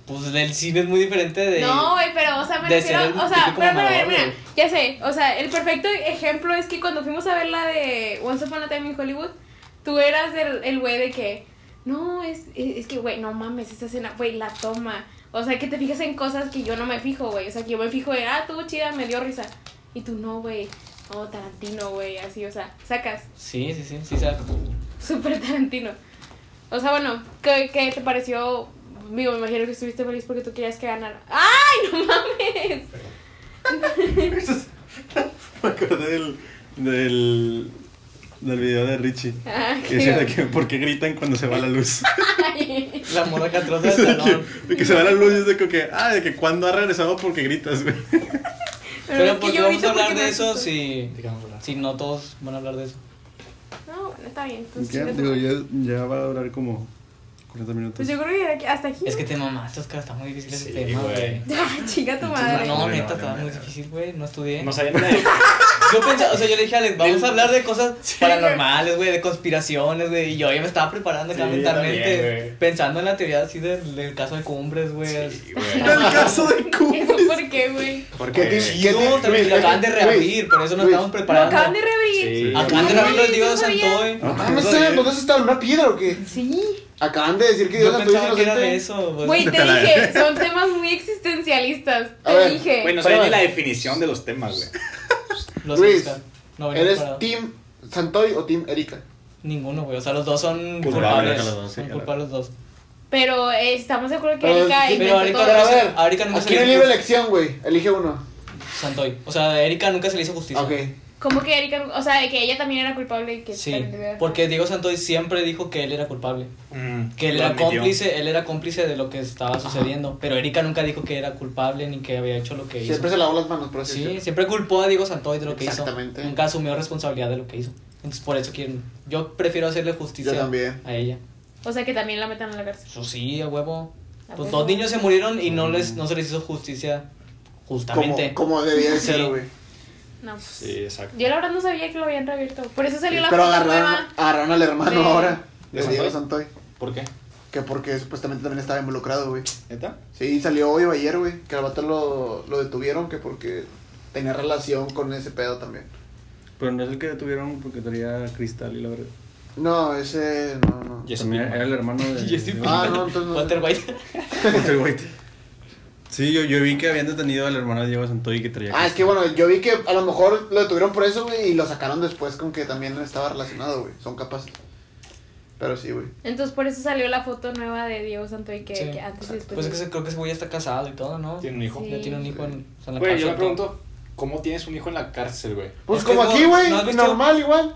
E: Pues el cine es muy diferente de.
D: No, güey, pero, o sea, me
E: de
D: refiero,
E: ser el
D: o sea,
E: típico
D: pero, pero,
E: mamador,
D: mira,
E: güey.
D: ya sé, o sea, el perfecto ejemplo es que cuando fuimos a ver la de Once Upon a Time in Hollywood, tú eras el el güey de que, no, es, es, es que, güey, no mames, esa escena, güey, la toma. O sea, que te fijas en cosas que yo no me fijo, güey, o sea, que yo me fijo de, ah, tuvo chida, me dio risa. Y tú, no, güey, oh, Tarantino, güey, así, o sea, sacas, [LAUGHS]
E: Sí, sí, sí, sí, sabe.
D: súper Tarantino. O sea, bueno, ¿qué, qué te pareció? Digo, me imagino que estuviste feliz porque tú querías que ganara. ¡Ay, no mames!
B: Me acordé del, del, del video de Richie.
D: Ah,
B: Que decía de que, ¿por qué gritan cuando se va la luz?
D: guay.
E: La morra
B: [LAUGHS]
E: que atrás del
B: de,
E: salón.
B: que, de que se va la luz y es de que, ah, de que cuando ha regresado porque gritas, güey.
E: [LAUGHS] Pero,
D: es que
E: ¿por qué
D: yo
E: vamos
D: grito
E: a hablar
D: porque
E: de
D: me
E: eso
D: asusto.
E: si,
F: Digamos, ¿verdad?
E: si no todos van a hablar de eso?
D: No, bueno, está bien. Pues,
B: Ya,
D: chingas,
B: digo,
D: madre.
B: ya, ya va a durar como 40 minutos.
D: pues yo creo que de aquí- hasta aquí.
E: Es
D: [LAUGHS]
E: que te mamaste, Oscar, está muy difícil
F: Sí,
E: ese tema,
F: güey.
E: güey.
D: Ay, chinga tu madre.
E: No,
B: Vale,
E: neta,
B: vale,
E: estaba muy
B: vale.
E: difícil, güey, no estudié.
F: No sabía nada de
E: Yo pensaba, o sea, yo le dije a Alex, vamos a hablar de cosas
D: güey.
E: paranormales, güey, de conspiraciones, güey, y yo ya me estaba preparando acá
F: Sí, yo
E: mentalmente,
F: también, güey.
E: pensando en la teoría así del, del caso de Cumbres, güey.
F: Sí,
B: El
F: güey.
B: caso de
D: ¿Eso
B: Cumbres.
D: por qué,
E: [LAUGHS]
D: güey?
F: ¿Por
A: ¿Qué te-
F: qué?
A: qué te-
E: No, también
A: Luis,
E: lo acaban de
A: Luis,
E: reabrir, por eso nos
A: Luis,
E: estamos
D: Lo
E: preparando.
D: acaban de reabrir.
F: Sí.
E: Acaban de
D: No,
E: reabrir los
D: yo no
E: dios de
D: sabía.
E: Santoy.
A: No mames, ¿sabes? ¿Pues no se está en una piedra o qué?
D: Sí.
A: Acaban de decir que Dios
E: Yo
A: la tuya
E: pensaba que era de
A: inocente.
E: eso, güey.
D: Güey, te
B: Nunca la
D: dije, son temas muy existencialistas.
A: A
D: Te
A: ver,
D: dije.
F: Güey, no sabía ni la definición de los temas, güey.
E: Los
A: Luis,
E: Oscar. No, venía
A: ¿Eres
E: preparado.
A: Team Santoy o Team Erika?
E: Ninguno, güey. O sea, los dos son
F: Culpables.
E: culpables.
B: Los dos, sí,
E: son
B: claro.
E: culpables los dos.
D: Pero eh, estamos de acuerdo que
A: Pero-
D: Erika
A: pero
D: inventó
E: ahorita-
D: todo.
A: Pero a
E: no se-
A: ver,
E: ahorita no se
A: aquí no hay
E: le-
A: libre elección, güey. Elige uno.
E: Santoy. O sea, a Erika nunca se le hizo justicia.
A: Ok.
D: ¿Cómo que Erika? O sea, de que ella también era culpable y que
E: Sí, porque Diego Santoy siempre dijo que él era culpable. Que él
F: Lo
E: era
F: admitió.
E: cómplice, él era cómplice de lo que estaba sucediendo. Pero Erika nunca dijo que era culpable ni que había hecho lo que hizo.
A: Siempre se lavó las manos, por así
E: Sí,
A: decirlo.
E: siempre culpó a Diego Santoy de lo que hizo.
A: Exactamente.
E: Nunca asumió responsabilidad de lo que hizo. Entonces, por eso quieren. Yo prefiero hacerle justicia
A: Yo también.
E: a ella.
D: O sea, que también la metan a la cárcel.
E: Eso sí, a huevo.
D: A
E: Pues
D: huevo.
E: dos niños se murieron y
A: Mm.
E: no les no se les hizo justicia justamente.
A: Como, como debía de ser,
E: Sí.
A: güey.
D: No, pues.
F: Sí, exacto.
D: Yo la verdad no sabía que lo habían reabierto. Por eso salió la
A: Pero
D: foto
A: agarraron,
D: nueva.
A: agarraron al hermano
D: de-
A: ahora.
F: ¿De
A: De Diego
F: Santoy?
A: Santoy.
F: ¿Por qué?
A: Que porque supuestamente también estaba involucrado, güey.
F: ¿Neta?
A: Sí, salió hoy o ayer, güey. Que al vato lo, lo detuvieron, que porque tenía relación con ese pedo también.
B: Pero no es el que detuvieron porque traía cristal y la verdad.
A: No, ese. No, no.
F: Yes.
B: También era el hermano [LAUGHS] de.
E: Jesse
B: de-
A: Ah, no, entonces no.
E: Walter White.
A: Ah,
B: Walter White. Sí, yo, yo vi que habían detenido al hermano de Diego Santoy que traía.
A: Ah, es que bueno, yo vi que a lo mejor lo detuvieron por eso, güey, y lo sacaron después con que también estaba relacionado, güey. Son capaces. Pero sí, güey.
D: Entonces por eso salió la foto nueva de Diego Santoy que,
E: Sí.
D: que antes y después.
E: Pues es que se- creo que ese güey ya está casado y todo, ¿no?
F: ¿Tiene un hijo?
D: Sí.
E: Ya tiene un hijo en, o sea, en la
F: Güey, yo
E: cárcel,
F: me
E: ¿no?
F: pregunto, ¿cómo tienes un hijo en la cárcel, güey?
A: Pues
E: Es que
A: como
E: no-
A: aquí, güey,
E: ¿no has visto?
A: normal igual.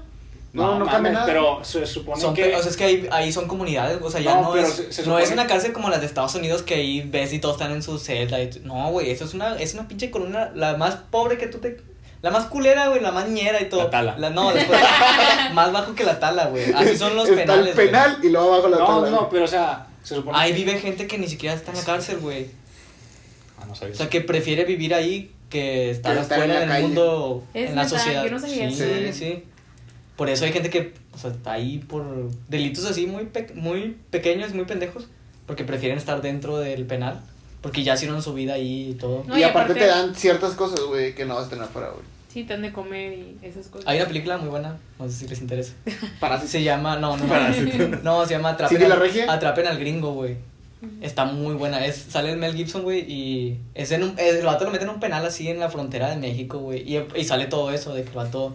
A: No, no, cambia
F: mames,
A: nada.
F: Pero se supone
E: Son,
F: que...
E: pe- O sea, es que ahí, ahí son comunidades, o sea, ya
F: No,
E: no,
F: pero
E: es,
F: se- se
E: no es
F: supone-
E: una cárcel como las de Estados Unidos que ahí ves y todos están en su celda. y t- no, güey, eso es una, es una pinche columna, la más pobre que tú te... La más culera, güey, la más ñera y todo.
C: La tala.
E: no, después. [LAUGHS] más bajo que la tala, güey. Así son los
A: [LAUGHS] Está
E: penales.
A: el
E: güey. pues,
A: penal y luego abajo la
C: No,
A: tabla.
C: no, pero o sea, se supone
E: Ahí
C: que-
E: vive gente que ni siquiera está en la cárcel, güey.
C: Ah, no
F: Pues.
C: sabía.
E: O sea, que prefiere vivir ahí que estar
A: Que estar en
E: afuera
A: la
E: del
A: calle.
E: mundo,
D: Es
E: en la
D: verdad,
E: sociedad.
D: yo no sabía
E: sí,
A: eso.
E: sí,
A: Sí.
E: Por eso hay gente que o sea, está ahí por delitos así muy, pe- muy pequeños, muy pendejos, porque prefieren estar dentro del penal, porque ya hicieron su vida ahí y todo.
D: No,
A: y,
D: y
A: aparte,
D: aparte-
A: te dan ciertas cosas, güey, que no vas a tener fuera, güey.
D: Sí, te han de comer y esas cosas.
E: Hay una película muy buena, no sé si les interesa.
A: Para
E: Se llama, no, no,
B: Parásito.
E: no, [LAUGHS] no, se llama Atrapen,
A: ¿Sigue la
E: al-
A: regia?
E: Atrapen al gringo, güey. Está muy buena. Es, sale el Mel Gibson, güey, y es en un, es- el vato lo meten en un penal así en la frontera de México, güey. Y, y sale todo eso de que el vato,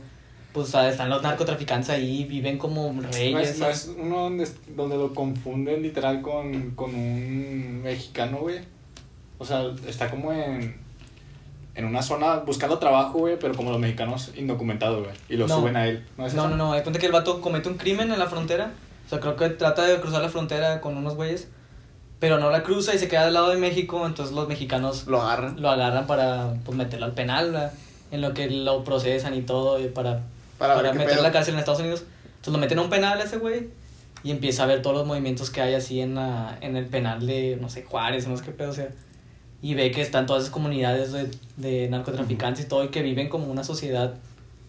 E: pues ah, están los narcotraficantes ahí, viven como
F: No
E: reyes.
F: es, no es uno donde, es- donde lo confunden literal con, con un mexicano, güey. O sea, está como en, en una zona buscando trabajo, güey, pero como los mexicanos indocumentados, güey. Y lo
E: No.
F: suben a él. ¿No es
E: No,
F: eso?
E: no, no, hay cuenta que el vato comete un crimen en la frontera. O sea, creo que trata de cruzar la frontera con unos güeyes, pero no la cruza y se queda al lado de México, entonces los mexicanos
A: lo agarran
E: lo agarran para pues, meterlo al penal, ¿verdad? en lo que lo procesan y todo, y para,
A: Para ver
E: para,
A: qué
E: meterlo
A: pedo.
E: a la cárcel en Estados Unidos. Entonces lo meten a un penal a ese güey y empieza a ver todos los movimientos que hay así en, la, en el penal de, no sé, Juárez, no sé qué pedo, o sea. Y ve que están todas esas comunidades de, de narcotraficantes y todo, y que viven como una sociedad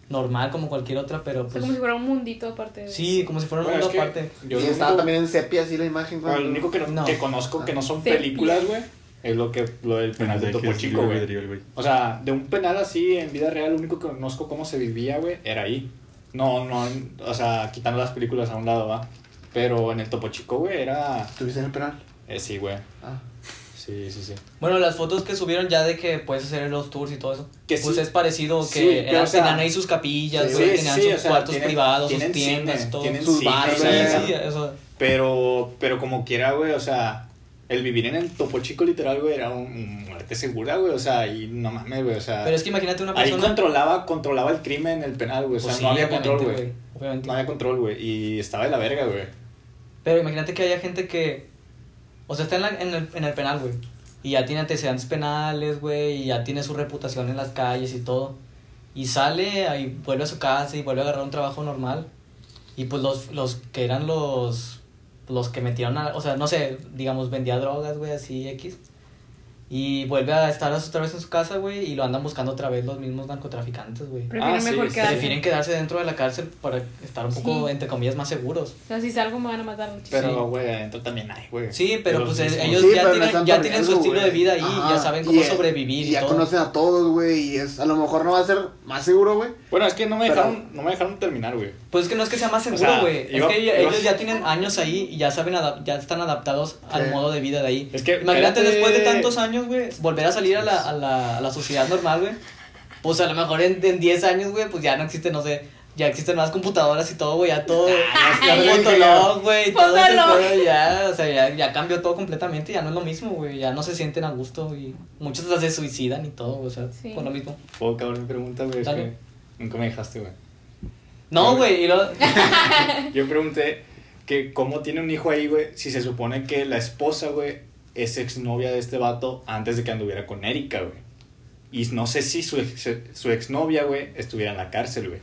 E: normal, como cualquier otra, pero
D: O sea,
E: pues...
D: como si fuera un mundito aparte. de-
E: Sí, como si fuera un
F: Bueno,
E: mundo
F: es que
E: aparte.
F: yo
A: y
F: lo
A: estaba
F: único-
A: también en sepia así la imagen.
F: bueno,
A: cuando-
F: lo único que, no-
E: No.
F: que conozco que no son
D: Sepia.
F: películas, güey, es lo que lo del penal de
B: Pensé que
F: Topo
B: es
F: Chico,
B: libre
F: güey.
B: albedrío, güey.
F: O sea, de un penal así en vida real, lo único que conozco cómo se vivía, güey, era ahí. No, no, o sea, quitando las películas a un lado, va. Pero en el Topo Chico, güey, era.
A: ¿Estuviste en el penal?
F: eh, sí, güey.
A: Ah.
F: Sí, sí, sí.
E: Bueno, las fotos que subieron ya de que puedes hacer los tours y todo eso.
F: Que
E: pues
F: sí.
E: es parecido que
F: Sí, pero,
E: eran-
F: o sea,
E: tenían ahí sus capillas,
A: sí,
E: güey,
F: sí,
E: tenían
F: sí,
E: sus
F: o sea,
E: cuartos
F: tienen-
E: privados, sus
F: tienen
E: tiendas,
F: cine,
E: todo.
F: tienen
A: Sus
F: cine,
A: bares,
F: o sea,
A: güey.
E: Sí, eso.
F: Pero, pero como quiera, güey, o sea, el vivir en el Topo Chico, literal, güey, era un, un muerte segura, güey, o sea, y no mames, güey, o sea.
E: Pero es que imagínate una
F: Ah. ahí
E: persona.
F: controlaba, controlaba el crimen, el penal, güey, o
E: pues
F: sea,
E: sí,
F: no había
E: obviamente,
F: control, güey.
E: Obviamente.
F: No había control, güey, y estaba de la verga, güey.
E: Pero imagínate que haya gente que. O sea, está en, la- en el, en el penal, güey. Y ya tiene antecedentes penales, güey. Y ya tiene su reputación en las calles y todo. Y sale, ahí vuelve a su casa y vuelve a agarrar un trabajo normal. Y pues los, los que eran los. Los que metieron a. O sea, no sé, digamos, vendía drogas, güey, así, X. Y vuelve a estar otra vez en su casa, güey. Y lo andan buscando otra vez los mismos narcotraficantes, güey.
D: Prefieren
F: Ah, sí,
D: mejor quedarse.
E: Prefieren quedarse dentro de la cárcel para estar un poco,
D: Sí.
E: entre comillas, más seguros.
D: O sea, si salgo me van a matar. muchísimo.
F: Pero, güey, adentro también hay, güey.
E: Sí, pero
F: De los
E: pues el-
F: mismos.
E: ellos
A: Sí,
E: ya
A: pero no
E: tienen,
A: están
E: ya tienen su
A: perdiendo,
E: estilo de
A: güey.
E: vida ahí,
A: Ajá,
E: ya saben cómo
A: y, eh,
E: sobrevivir y,
A: ya
E: todo.
A: conocen a todos, güey, y es, a lo mejor no va a ser más seguro, güey.
F: Bueno, es que no me
A: Pero-
F: dejaron, no me dejaron terminar, güey.
E: Pues es que no es que sea más seguro,
F: sea,
E: güey. es
F: iba-
E: que
F: iba-
E: ellos ya tienen años ahí y ya saben, adap- ya están adaptados al
A: Sí.
E: modo de vida de ahí.
F: Es que,
E: Imagínate
F: espérate.
E: después de tantos años, güey, volver a salir a la, a la, a la sociedad normal, güey. Pues a lo mejor en en 10 años, güey, pues ya no existe, no sé, ya existen más computadoras y todo, güey, ya todo.
A: ya
E: ya
A: no sé,
E: Fotolog, güey, todo ese
D: Fotolog.
E: pedo, ya, o sea, ya, ya cambió todo completamente, ya no es lo mismo, güey, ya no se sienten a gusto y muchos hasta se suicidan y todo, o sea,
D: Sí.
E: por lo mismo.
F: Puedo acabar Oh, mi pregunta, güey. Es
E: Dale.
F: que nunca me dejaste,
D: [LAUGHS]
F: güey.
E: No, güey, y luego-
F: Yo pregunté que cómo tiene un hijo ahí, güey, si se supone que la esposa, güey, es exnovia de este vato antes de que anduviera con Erika, güey. Y no sé si su, ex, eh, su exnovia, güey, estuviera en la cárcel, güey.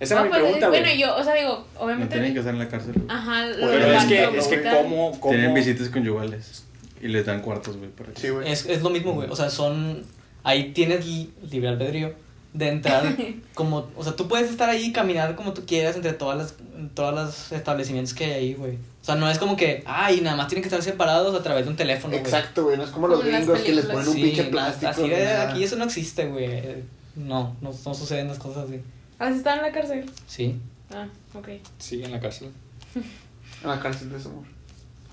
F: Esa
D: Ah,
F: era mi
D: pues,
F: pregunta, güey.
D: Bueno, yo, o sea, digo,
B: No
D: obviamente.
B: tienen que estar en la cárcel.
E: Ah.
B: güey.
D: Ajá, lo
F: Pero
D: del
F: es que,
D: vato,
F: es que
D: tal.
F: cómo, cómo...
B: Tienen visitas conyugales y les dan cuartos, güey. para que-
A: Sí, güey.
E: Es, es lo mismo, güey. O sea, son. Ahí tienes li- libre albedrío de
B: [LAUGHS]
E: entrar. como, o sea, tú puedes estar ahí y caminar como tú quieras entre todas las todos los establecimientos que hay ahí, güey. O sea, no es como que, ay, nada más tienen que estar separados a través de un teléfono, güey.
A: Exacto, güey, no es como los
D: Como en las
A: gringos que les ponen un
E: Sí,
A: pinche plástico.
E: Así
A: ni
E: de
A: nada.
E: aquí eso no existe, güey. No, no, no suceden las cosas así.
D: Ah, ¿sí estaba en la cárcel.
E: Sí.
D: Ah, ok.
F: Sí, en la cárcel.
A: En la cárcel de su amor.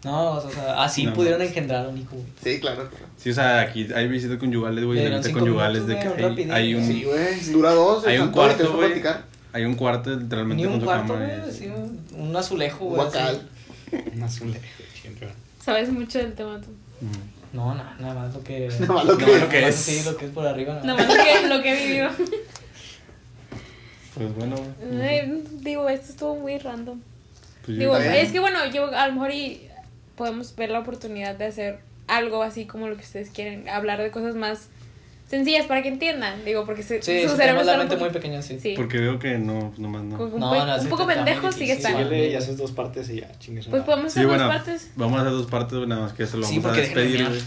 E: No, o sea, o sea, así
B: No,
E: pudieron
B: no.
E: engendrar un hijo, güey.
A: Sí, claro, claro.
B: Sí, o sea, aquí hay visitas conyugales, güey.
E: Le
B: y
E: dieron
B: visitas
E: cinco
B: conyugales de
E: minutos, güey,
B: que hay,
E: rapidito.
B: hay un,
A: Sí, güey, dura dos. o
B: Hay
A: sea, todo lo que
B: un cuarto,
A: tienes que
B: güey.
A: platicar.
B: hay un cuarto literalmente
E: Ni
B: con
E: un
B: su
E: cuarto,
B: cama.
E: güey.
B: y-
E: sí, un un azulejo,
A: Un
E: güey. así.
A: guacal.
F: Un azulejo, siempre.
D: Sabes mucho del tema tú.
B: Ujú.
E: No, na- nada más lo que.
A: [LAUGHS] Nada más lo que-
E: nada
A: lo
B: que
E: más
B: es.
E: Sí, lo que es por arriba.
F: Ah.
E: nada
D: Nada más
E: más.
D: lo que, lo que vivió.
F: [LAUGHS]
B: Pues bueno, güey.
D: Ay, digo, esto estuvo muy random.
B: Pues yo-
D: Digo,
A: también.
D: es que bueno, yo a lo mejor y podemos ver la oportunidad de hacer algo así como lo que ustedes quieren, hablar de cosas más sencillas para que entiendan. Digo, porque se,
E: Sí,
D: su cerebro
E: sí, tenemos
D: está
E: la
D: un
E: mente
D: poco-
E: muy pequeña, sí.
D: Sí.
B: Porque veo que no, nomás
D: Como
B: no.
D: que Un,
E: No,
D: pe-
E: no,
D: un
E: sí,
D: poco
E: está muy
D: pendejo sigue
E: difícil.
D: estando.
E: Sí,
F: Síguele y haces dos partes y ya, chingues.
D: Pues podemos hacer
B: Sí,
D: dos
B: bueno,
D: partes.
B: vamos a hacer dos partes, güey, nada más que eso lo
E: Sí,
B: vamos a
E: porque déjenme
B: despedir,
E: mear.
B: güey.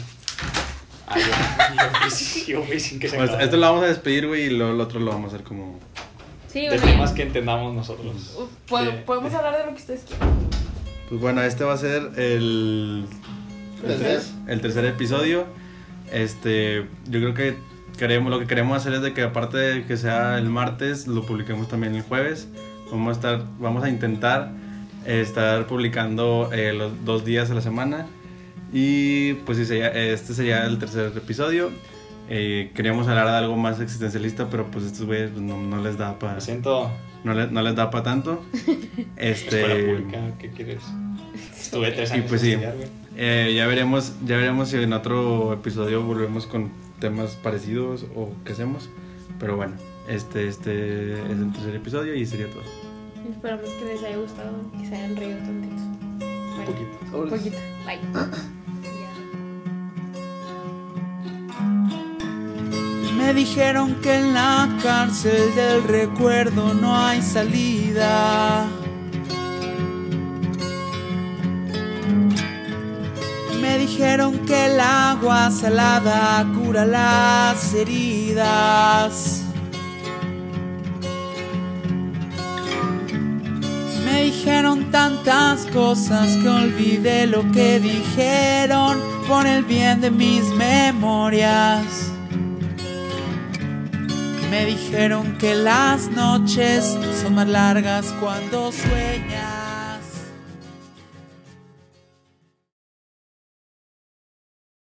F: Ay, yo, yo fui- Ah, [LAUGHS] yo fui sin que se
B: Pues,
F: acabara.
B: esto lo vamos a despedir, güey, y lo, lo otro lo vamos a hacer como...
D: Sí,
F: De
D: bueno.
F: temas
D: ya.
F: que entendamos nosotros.
D: Uf, po-
F: de-
D: podemos hablar de lo que ustedes quieran.
B: Pues bueno, este va a ser el...
A: El tres.
B: el tercer episodio. Este, yo creo que queremos, lo que queremos hacer es de que aparte de que sea el martes, lo publiquemos también el jueves. Vamos a estar, vamos a intentar eh, estar publicando eh, los dos días a la semana. Y pues sí, sería- este sería el tercer episodio. Eh, queríamos hablar de algo más existencialista, pero pues estos güeyes pues, no, no les da para
F: Lo siento,
B: no, le- no les da para tanto.
F: escuela
B: Este,
F: pública, ¿qué quieres? Estuve tres
B: Y
F: años
B: pues
F: sin
B: sí.
F: estudiar, güey.
B: eh, ya veremos, ya veremos si en otro episodio volvemos con temas parecidos o qué hacemos. Pero bueno, este, este es el tercer episodio y sería todo.
D: Esperamos que les haya gustado y se hayan reído tantito. Bueno,
F: poquito.
D: un
A: Sobres.
D: poquito.
F: [CLEARS THROAT]
D: Bye. Ya.
H: Me dijeron que en la cárcel del recuerdo no hay salida. Me dijeron que el agua salada cura las heridas. Me dijeron tantas cosas que olvidé lo que dijeron por el bien de mis memorias. Me dijeron que las noches son más largas cuando sueñas.